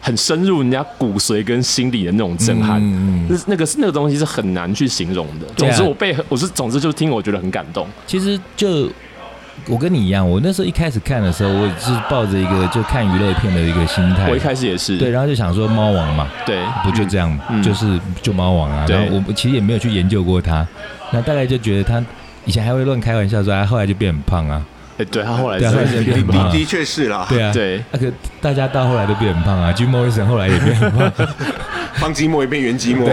S2: 很深入人家骨髓跟心里的那种震撼。
S4: 嗯嗯
S2: 那
S4: 嗯
S2: 那个那个东西是很难去形容的。
S4: 对
S2: 总
S4: 啊
S2: 之，我被我是总之就是听，我觉得很感动。
S4: 其实就我跟你一样，我那时候一开始看的时候，我是抱着一个就看娱乐片的一个心态
S2: 我一。开始也是，
S4: 哎对，然后就想说猫王嘛，
S2: 对
S4: 不就这样，
S2: 嗯
S4: 就是就猫王啊。
S2: 对
S4: 然后我我其实也没有去研究过他，那大概就觉得他以前还会乱开玩笑说，他后来就变很胖啊，
S2: 哎对他后来
S4: 对啊，后来
S2: 是，
S4: 就变很胖、
S1: 的
S4: 啊。
S1: 的确是啦，
S4: 对啊，
S2: 对
S4: 那个大家到后来都变很胖啊，Jim Morrison 后来也变
S2: *laughs*
S4: 很胖，
S1: 方吉莫也变原吉莫，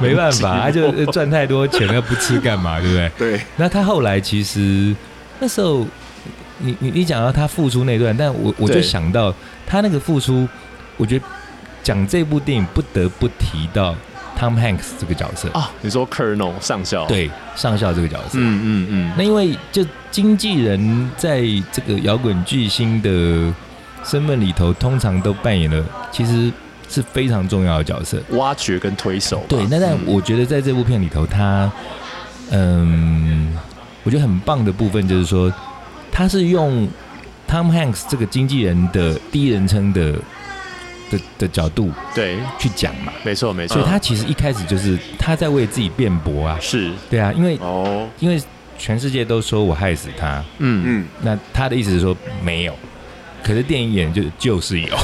S4: 没办法，他就呃赚太多钱了，不吃干嘛，对不对？
S1: 对，
S4: 那他后来其实那时候，你你你讲到他付出那段，但我我就
S2: 对
S4: 想到他那个付出，我觉得讲这部电影不得不提到 Tom Hanks 这个角色，
S2: 啊，你说 Colonel 上校，
S4: 对上校这个角色。
S2: 嗯嗯嗯，
S4: 那因为就经纪人在这个摇滚巨星的身份里头，通常都扮演了其实是非常重要的角色。啊
S2: 挖掘跟推手吧。
S4: 对，那但我觉得在这部片里头，他嗯，我觉得很棒的部分就是说，他是用 Tom Hanks 这个经纪人的第一人称的的的角度
S2: 对，
S4: 去讲嘛，
S2: 没错没错，
S4: 所以他其实一开始就是他在为自己辩驳啊，
S2: 是
S4: 对啊，因为
S1: 哦，
S4: 因为全世界都说我害死他，
S2: 嗯
S1: 嗯，
S4: 那他的意思是说没有，可是电影演就就是
S2: *laughs*
S4: 有，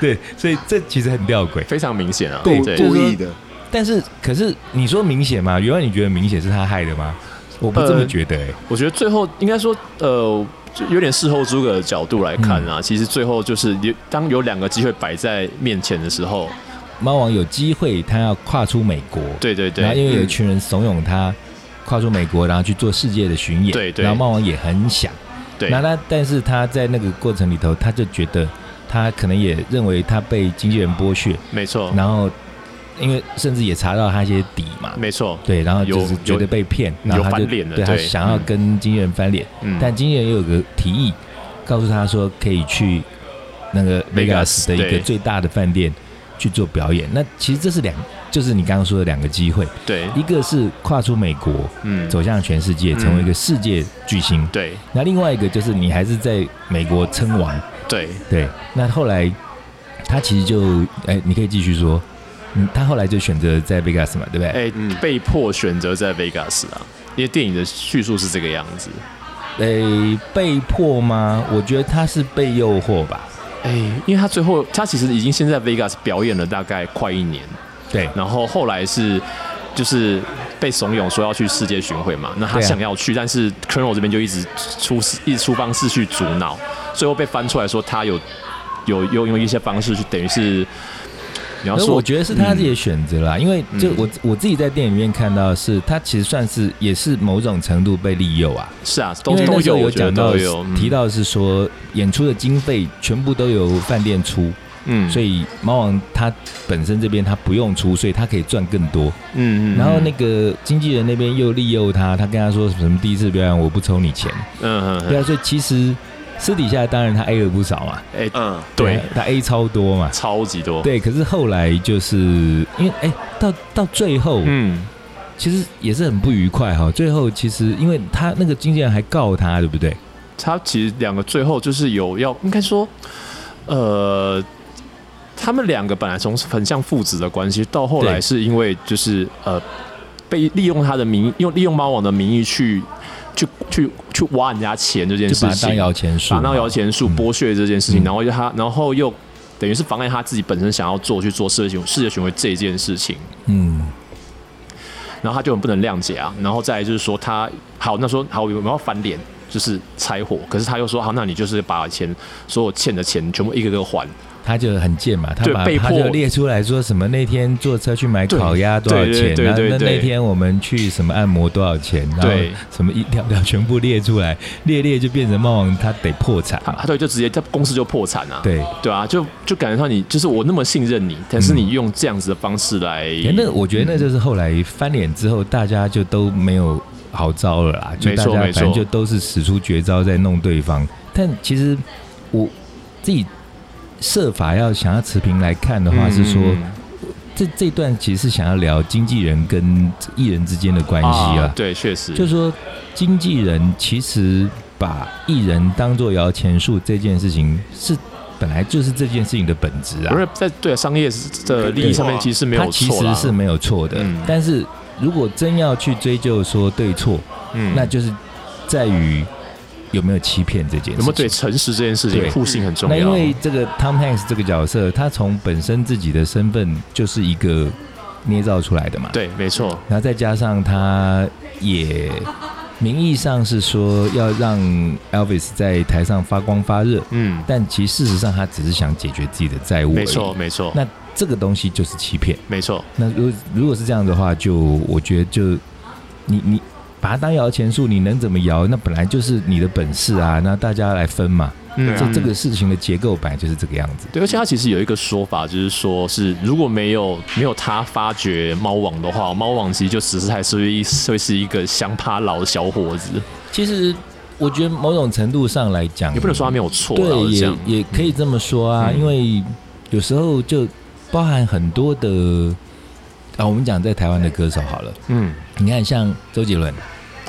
S4: 对，所以这其实很吊诡。
S2: 非常明显啊，
S4: 对
S2: 对
S4: 就是
S1: 故
S4: 说
S1: 意的，
S4: 但是可是你说明显吗？原来你觉得明显是他害的吗？我不这么觉得、欸，
S2: 我觉得最后应该说呃。就有点事后诸葛
S4: 嗯
S2: 的角度来看啊，其实最后就是有当有两个机会摆在面前的时候，
S4: 猫王有机会，他要跨出美国，
S2: 对对
S4: 然后因
S2: 对，
S4: 为有一群人怂恿他跨出美国，然后去做世界的巡演，
S2: 对对
S4: 然后猫王也很想，
S2: 对
S4: 那他但是他在那个过程里头，他就觉得他可能也认为他被经纪人剥削，
S2: 没错，
S4: 然后因为甚至也查到他一些底嘛，
S2: 没错，
S4: 对，然后就是
S2: 有
S4: 觉得被骗，然后他就
S2: 有翻脸的
S4: 对他
S2: 对
S4: 想要跟经纪人翻脸，
S2: 嗯，
S4: 但经纪人也有个提议，告诉他说可以去那个
S2: Vegas，
S4: Vegas 的一个
S2: 对
S4: 最大的饭店去做表演。那其实这是两，就是你刚刚说的两个机会，
S2: 对，
S4: 一个是跨出美国，
S2: 嗯，
S4: 走向全世界，
S2: 嗯
S4: 成为一个世界巨星。
S2: 对
S4: 那另外一个就是你还是在美国称王，
S2: 对，
S4: 对。那后来他其实就，哎，你可以继续说，嗯，他后来就选择在 Vegas 嘛，对不对？
S2: 哎
S1: 嗯，
S2: 被迫选择在 Vegas 啊，因为电影的叙述是这个样子，
S4: 诶，被迫吗？我觉得他是被诱惑吧。
S2: 哎，因为他最后他其实已经先在 Vegas 表演了大概快一年，
S4: 对，
S2: 然后后来是就是被怂恿说要去世界巡回嘛，那他
S4: 对啊
S2: 想要去，但是 Colonel 这边就一直出一直出方式去阻挠，最后被翻出来说他有有有用一些方式去等于是你要
S4: 可是
S2: 说
S4: 我觉得是他自己的选择啦，因为就
S2: 嗯
S4: 我我自己在电影院看到的是，他其实算是也是某种程度被利诱啊，
S2: 是啊，
S4: 因
S2: 都
S4: 为
S2: 都
S4: 那时
S2: 有
S4: 候
S2: 我觉得
S4: 讲到
S2: 都有嗯
S4: 提到是说演出的经费全部都由饭店出，
S2: 嗯
S4: 所以猫王他本身这边他不用出，所以他可以赚更多。
S2: 嗯
S4: 然后那个经纪人那边又利诱他，他跟他说什么第一次表演我不收你钱，
S2: 嗯嗯
S4: 对啊，所以其实私底下当然他 A 了不少嘛，
S2: 哎
S1: 嗯，
S2: 对
S4: 啊，他 A 超多嘛，
S2: 超级多
S4: 对，可是后来就是因为哎、到到最后，
S2: 嗯
S4: 其实也是很不愉快哈、最后其实因为他那个经纪人还告他，对不对？
S2: 他其实两个最后就是有要，应该说，呃，他们两个本来从很像父子的关系，到后来
S4: 对
S2: 是因为就是呃，被利用他的名义，用利用猫王的名义去去去去挖人家钱这件
S4: 就
S2: 事
S4: 把他当
S2: 情，
S4: 摇钱树
S2: 把
S4: 嘛，
S2: 那摇钱树
S4: 嗯
S2: 剥削这件事情，
S4: 嗯
S2: 然后又他，然后又等于是妨碍他自己本身想要做去做世界巡世界巡回这一件事情。
S4: 嗯，
S2: 然后他就很不能谅解啊。然后再来就是说他好，那说好我们要翻脸，就是拆伙。可是他又说好，那你就是把钱所有欠的钱全部一个个还。
S4: 他就很贱嘛，他
S2: 对
S4: 把
S2: 被
S4: 他
S2: 迫
S4: 就列出来说什么那天坐车去买
S2: 对
S4: 烤鸭多少钱
S2: 对对，对
S4: 然后
S2: 对
S4: 那
S2: 对
S4: 那天我们去什么按摩多少钱，然后
S2: 对
S4: 什么一条条全部列出来，列列就变成猫王他得破产
S2: 他
S4: 嘛
S2: 他，对就直接他公司就破产啊。
S4: 对。
S2: 对啊，就就感觉到你就是我那么信任你，但是你用这样子的方式来，
S4: 哎嗯那我觉得那就是后来翻脸之后，大家就都没有好招了啦，就
S2: 没
S4: 大
S2: 错
S4: 家
S2: 没
S4: 反
S2: 错
S4: 正就都是使出绝招在弄对方。但其实我自己设法要想要持平来看的话，
S2: 嗯
S4: 是说、
S2: 嗯
S4: 这这段其实是想要聊经纪人跟艺人之间的关
S2: 嗯
S4: 系
S2: 啊
S4: 啊，，
S2: 对，确实
S4: 就是说经纪人其实把艺人当做摇钱树这件事情是。本来就是这件事情的本质啊，
S2: 不是在对商业的利益上面其实是没
S4: 他
S2: 有
S4: 其
S2: 错
S4: 实
S2: 啦。
S4: 是没有错的。
S2: 嗯
S4: 但是如果真要去追究说对错，
S2: 嗯
S4: 那就是在于有没有欺骗这件事
S2: 有
S4: 情。
S2: 没有对诚实这件事
S4: 对
S2: 情互信很重
S4: 那
S2: 要？
S4: 因为这个 Tom Hanks 这个角色，他从本身自己的身份就是一个捏造出来的嘛。。
S2: 对，没错，
S4: 然后再加上他也名义上是说要让 Elvis 在台上发光发热，
S2: 嗯，
S4: 但其实事实上他只是想解决自己的债务而已。
S2: 没错，。没错，
S4: 那这个东西就是欺骗。
S2: 没错，
S4: 那如如果是这样的话，就我觉得就你你把它当摇钱树，你能怎么摇？那本来就是你的本事啊，那大家来分嘛。
S2: 嗯，
S4: 这这个事情的结构本来就是这个样子。
S2: 对，而且他其实有一个说法，就是说是如果没有没有他发掘猫王的话，猫王其实就只是还是一会是一个乡巴佬的小伙子，
S4: 其实我觉得某种程度上来讲，
S2: 也不能说他没有错啦，
S4: 对，
S2: 我是这
S4: 也
S2: 样，
S4: 也可以这么说啊，
S2: 嗯
S4: 因为有时候就包含很多的啊，我们讲在台湾的歌手好了，
S2: 嗯，
S4: 你看像周杰伦，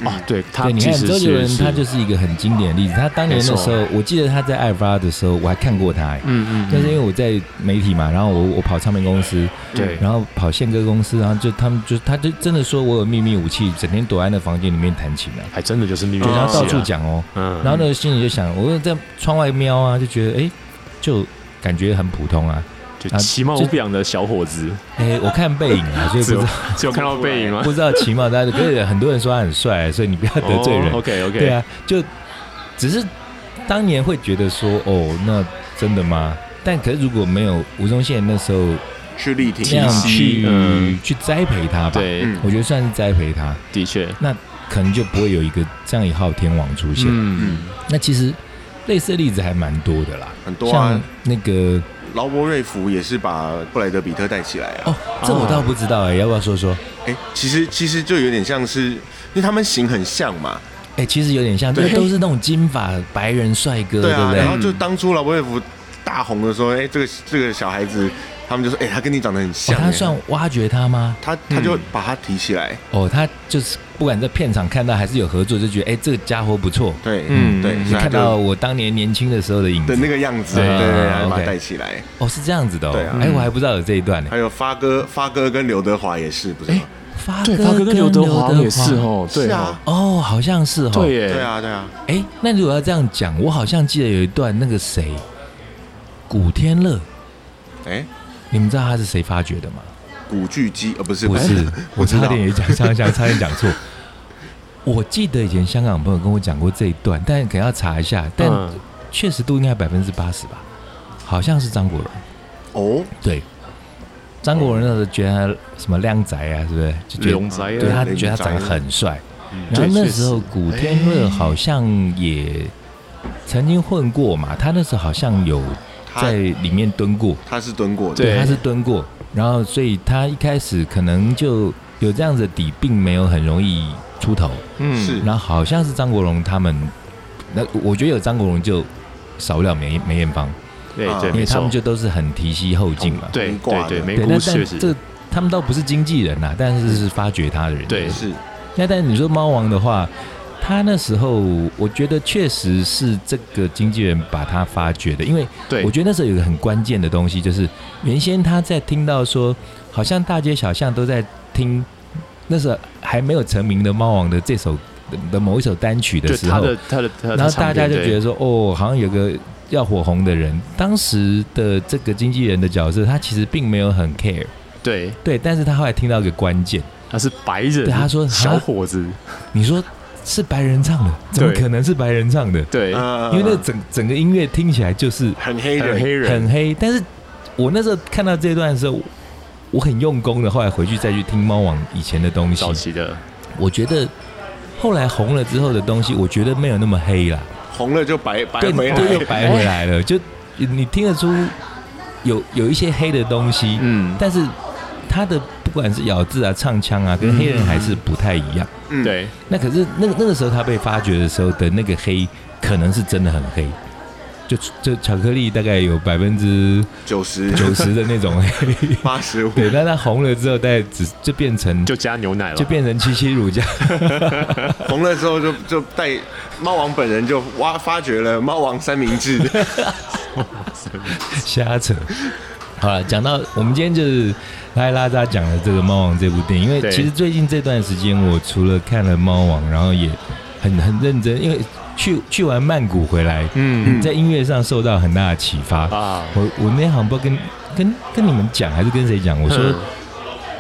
S2: 啊，对他
S4: 对，你
S2: 其
S4: 看
S2: 实
S4: 周杰
S2: 是
S4: 伦，他就是一个很经典的例子。他当年的
S2: 没错
S4: 时候，我记得他在艾弗拉的时候，我还看过他、哎
S2: 嗯嗯，
S4: 但是因为我在媒体嘛，然后我我跑唱片公司，
S2: 对，
S4: 然后跑宪歌公司，然后就他们就他就真的说我有秘密武器，整天躲在那房间里面弹琴啊，
S2: 还真的就是秘密武
S1: 对
S2: 器啊，
S4: 然后到处讲哦，
S2: 嗯，嗯，
S4: 然后那个心里就想，我在窗外瞄啊，就觉得哎、就感觉很普通啊，
S2: 就
S4: 啊
S2: 其貌
S4: 就
S2: 不扬的小伙 *laughs* 子，
S4: 哎、我看背影
S2: *laughs*
S4: 啊，所以不
S2: 只
S4: 知
S2: 有
S4: 道
S2: 只有看到背影
S4: *laughs*
S2: 吗？
S4: 不知道其貌，但是可是很多人说他很帅，所以你不要得罪人。
S2: 哦，OK OK，
S4: 对，啊，就只是当年会觉得说，哦，那真的吗？但可是如果没有吴宗宪那时候
S1: 去力
S4: 这
S1: 挺
S4: 样
S1: 他，
S4: 去、
S2: 嗯
S4: 去栽培他吧。，
S2: 对，
S1: 嗯
S4: 我觉得算是栽培他，
S2: 的确，
S4: 那可能就不会有一个这样一号天王出现。
S2: 嗯
S1: 嗯，
S4: 那其实类似的例子还蛮多的啦，
S1: 很多啊
S4: 像。那个
S1: 劳勃瑞福也是把布莱德比特带起来啊。
S4: 哦，这我倒不知道哎、要不要说说？
S1: 哎、其实其实就有点像是，因为他们型很像嘛，
S4: 哎、其实有点像，
S1: 对
S4: 这都是那种金发白人帅哥，
S1: 对
S4: 对
S1: 啊。
S4: 不
S1: 然
S4: 对？
S1: 后就当初劳勃瑞福大红的时候，哎、这个这个小孩子，他们就说，哎、他跟你长得很
S4: 哦
S1: 像、
S4: 他
S1: 哎
S4: 算挖掘他吗？
S1: 他他就
S2: 嗯
S1: 把他提起来，
S4: 哦，他就是不管在片场看到还是有合作，就觉得哎、这个家伙不错。
S1: 对，
S2: 嗯
S1: 嗯，对，
S4: 你
S1: 所以他
S4: 看到
S1: 就
S4: 我当年年轻的时候的影
S1: 的
S4: 子，
S1: 那个样子，
S4: 对啊
S1: 对对对，他就把他
S4: OK
S1: 带起来。
S4: 哦，是这样子的、哦。
S1: 对啊
S4: 哎、我还不知道有这一段呢、
S1: 还有发哥，发哥跟刘德华也是，不是吗？
S4: 发
S2: 对，发哥跟刘德华也是。哦，对
S1: 是
S2: 哦
S1: 啊，，
S4: 哎哦，好像是哦。
S2: 对耶，
S1: 对，啊，对啊，
S4: 哎，那如果要这样讲，我好像记得有一段那个谁，古天乐，
S1: 哎，
S4: 你们知道他是谁发掘的吗？
S1: 古巨基，呃，不是，
S4: 不是
S1: 哎，*laughs*
S4: 我
S1: 我知
S4: 差
S1: 道
S4: 点也讲，差点讲，差点讲错。我记得以前香港朋友跟我讲过这一段，但可能要查一下，但
S2: 嗯
S4: 确实度应该百分之八十吧，好像是张国荣。
S1: 哦，
S4: 对，张国荣那时候觉得他什么靓仔啊，是不是？就觉得
S2: 龙宅
S4: 对
S2: 啊，
S4: 他觉得他长得很帅。然
S2: 对
S4: 后那
S2: 确
S4: 时候
S2: 实
S4: 古天
S2: 哎
S4: 乐好像也曾经混过嘛，他那时候好像有在
S1: 他
S4: 里面蹲过，
S1: 他是蹲过的，
S2: 对
S4: 他是蹲过，然后所以他一开始可能就有这样子的底，并没有很容易出头。
S2: 嗯
S1: 是
S4: 然后好像是张国荣他们，那我觉得有张国荣就少不了梅梅艳芳，
S2: 对
S1: 啊
S2: 对，
S4: 因为
S2: 没
S4: 他
S2: 错
S4: 们，就都是很提携后进嘛。
S2: 对
S1: 同挂
S2: 对
S1: 的
S2: 对，没
S4: 对，那
S2: 故
S4: 但
S2: 事是，
S4: 这他们倒不是经纪人呐、但是是发掘他的人。
S2: 对
S1: 是
S4: 那但你说猫王的话，他那时候我觉得确实是这个经纪人把他发掘的，因为
S2: 对，
S4: 我觉得那时候有一个很关键的东西，就是原先他在听到说，好像大街小巷都在听那时候还没有成名的猫王的这首的的某一首单曲的
S2: 就
S4: 时
S2: 他
S4: 候，
S2: 的他的他的，
S4: 然后大家就觉得
S2: 得
S4: 说，哦，好像有个要火红的人。当时的这个经纪人的角色，他其实并没有很 care，
S2: 对，
S4: 对，但是他后来听到一个关键，
S2: 他是白人，
S4: 对他说
S2: 小
S4: 哈
S2: 伙子，
S4: 你说是白人唱的，怎么
S2: 对
S4: 可能是白人唱的？
S2: 对，
S1: 呃
S4: 因为那整整个音乐听起来就是
S1: 很黑
S2: 很
S1: 人，
S2: 黑人，
S4: 很黑。但是我那时候看到这段的时候，我很用功的，后来回去再去听猫王以前的东
S2: 早
S4: 西，
S2: 期的，
S4: 我觉得后来红了之后的东西，我觉得没有那么黑啦，
S1: 红了就白白
S2: 哎
S4: 对，
S1: 回
S4: 对又
S1: 来，
S4: 白回
S2: *laughs*
S4: 来了，就你听得出有有一些黑的东西，
S2: 嗯，
S4: 但是他的不管是咬字啊、唱腔啊，跟黑人还是不太一样。
S1: 嗯，
S2: 对，
S4: 那可是那个那个时候他被发掘的时候的那个黑，可能是真的很黑，就就巧克力大概有百分之
S1: 九十
S4: 九十的那种黑。
S2: *laughs*
S1: 八十五，
S4: 对，但他红了之后，大概只就变成
S2: 就加牛奶了，
S4: 就变成七七乳加。
S1: 红了之后就就带猫王本人就挖发掘了猫王三明
S2: *laughs*
S1: 治，
S4: 瞎扯。好了，讲到我们今天就是拉拉扎讲了这个《猫王》这部电影，因为
S2: 对
S4: 其实最近这段时间，我除了看了《猫王》，然后也很很认真，因为去去完曼谷回来，
S2: 嗯
S4: 在音乐上受到很大的启发。
S2: 啊，
S4: 我我那天好像不知道跟跟跟你们讲还是跟谁讲，我说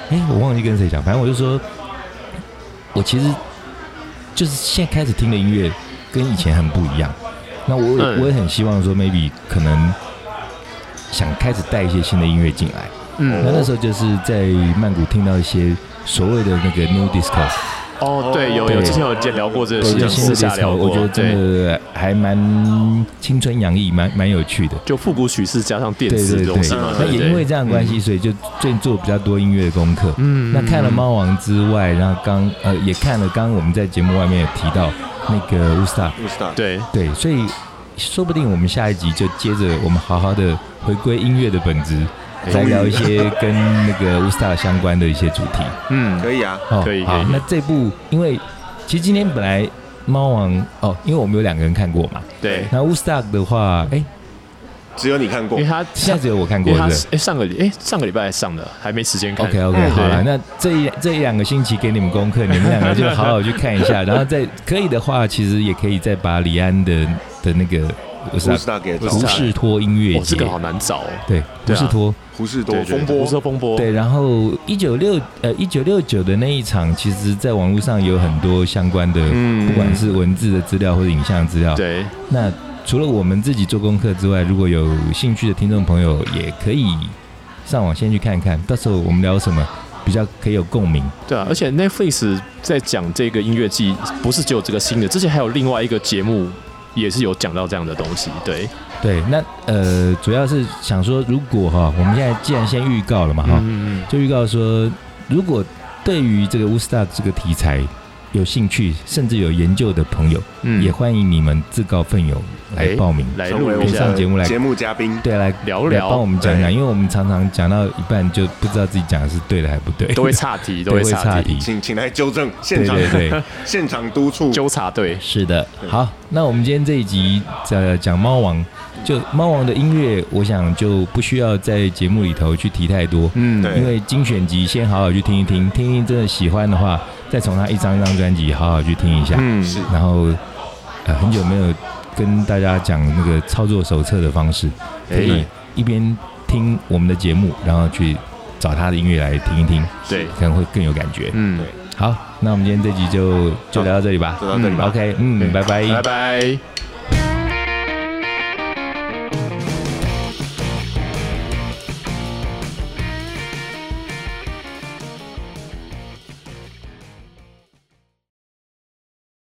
S2: 嗯
S4: 哎、我忘记跟谁讲，反正我就说，我其实就是现在开始听的音乐跟以前很不一样。那我也、
S2: 嗯
S4: 我也很希望说，maybe 可能想开始带一些新的音乐进来。那
S2: 嗯，
S4: 那时候就是在曼谷听到一些所谓的那个 new disco，
S2: 哦，对，有
S4: 对
S2: 有之前有见聊过这个
S4: 对，
S2: 事
S4: 就
S2: 情，
S4: 新
S2: 私
S4: 的
S2: 下
S4: disco，
S2: 聊过，
S4: 我觉得
S2: 对，
S4: 真的还蛮青春洋溢，蛮蛮有趣的。
S2: 就复古曲式加上电
S4: 对
S2: 子
S4: 对
S2: 这
S4: 对
S2: 种事嘛，，
S4: 那
S2: 对
S4: 也
S2: 不对
S4: 因为这样的关系，所以就最近做比较多音乐功课。
S2: 嗯
S4: 那看了《猫王》之外，然后刚呃也看了，刚刚我们在节目外面也提到那个乌斯塔，
S1: 不知道，
S2: 对，
S4: 对，所以说不定我们下一集就接着我们好好的回归音乐的本质，
S2: 哎
S4: 来聊一些跟那个乌斯塔相关的一些主
S2: *laughs*
S4: 题。
S2: 嗯，
S1: 可以啊，
S4: 哦，
S2: 可以
S4: 好
S2: 可以，
S4: 那这部因为其实今天本来《猫王》哦，因为我们有两个人看过嘛，
S2: 对，
S4: 那乌斯塔的话，哎，
S1: 只有你看
S2: 因
S1: 过
S2: 为，他
S4: 现在只有我看
S2: 因
S4: 过，
S2: 为
S4: 对
S2: 他
S4: 不对
S2: 是哎上个礼哎上个礼拜上的，还没时间看
S4: OK
S2: 嗯
S4: OK，好了，
S2: 对
S4: 那这一这一两个星期给你们
S2: *laughs*
S4: 功课，你们两个就好好去看一下，然后再可以的话，其实也可以再把李安的的那个不是
S1: 胡
S4: 啊
S1: 适大给找
S2: 胡
S4: 胡
S2: 适
S4: 适托音乐
S2: 哦，这
S4: 节
S2: 哦个，好难找哦，
S4: 对，胡
S2: 对啊
S4: 适托，
S1: 胡适多
S2: 对，
S1: 风
S2: 胡
S1: 波，
S2: 色风波，
S4: 对，然后一九六呃一九六九的那一场，其实在网络上有很多相关的，
S1: 嗯
S4: 不管是文字的资料或者影像资料，
S2: 对，
S4: 那除了我们自己做功课之外，如果有兴趣的听众朋友，也可以上网先去看看，到时候我们聊什么比较可以有共鸣。
S2: 对啊，而且 Netflix 在讲这个音乐季，不是只有这个新的，之前还有另外一个节目也是有讲到这样的东西。对，
S4: 对，那呃，主要是想说，如果哈，我们现在既然先预告了嘛哈，
S2: 嗯嗯
S4: 就预告说，如果对于这个 Woodstock 这个题材有兴趣，甚至有研究的朋友，
S2: 嗯
S4: 也欢迎你们自告奋勇来
S2: 哎
S4: 报名，
S2: 来
S1: 成为
S2: 录
S1: 我
S2: 一
S1: 们
S2: 下
S4: 上节目来
S1: 节目嘉宾，
S4: 对，来
S2: 聊
S4: 来
S2: 聊，哎
S4: 帮我们讲讲，
S1: 对
S4: 因为我们常常讲到一半就不知道自己讲的是对的还不对，
S2: *laughs*
S4: *laughs*
S2: 都会岔题，都
S4: 都会
S2: 会岔
S4: 岔
S2: 题，
S4: 题。
S1: 请请来纠正，现
S4: 对
S1: 场
S4: 对
S2: *laughs*
S4: 对，
S1: 现场督促，
S2: 纠察队。
S4: 是的。好，那我们今天这一集呃讲猫王，就猫王的音乐，我想就不需要在节目里头去提太多，
S2: 嗯
S1: 对
S4: 因为精选集先好好去听一听，听一听真的喜欢的话，再从他一张一张专辑好好去听一下。
S2: 嗯
S1: 是
S4: 然后呃很久没有跟大家讲那个操作手册的方式，可以
S2: 哎
S4: 一边听我们的节目，然后去找他的音乐来听一听，
S2: 对，
S4: 可能会更有感觉。
S2: 嗯，
S1: 对
S4: 好，那我们今天这集就就聊到这里吧。
S1: 就到这里吧。
S4: OK，嗯，拜拜。
S2: 拜拜。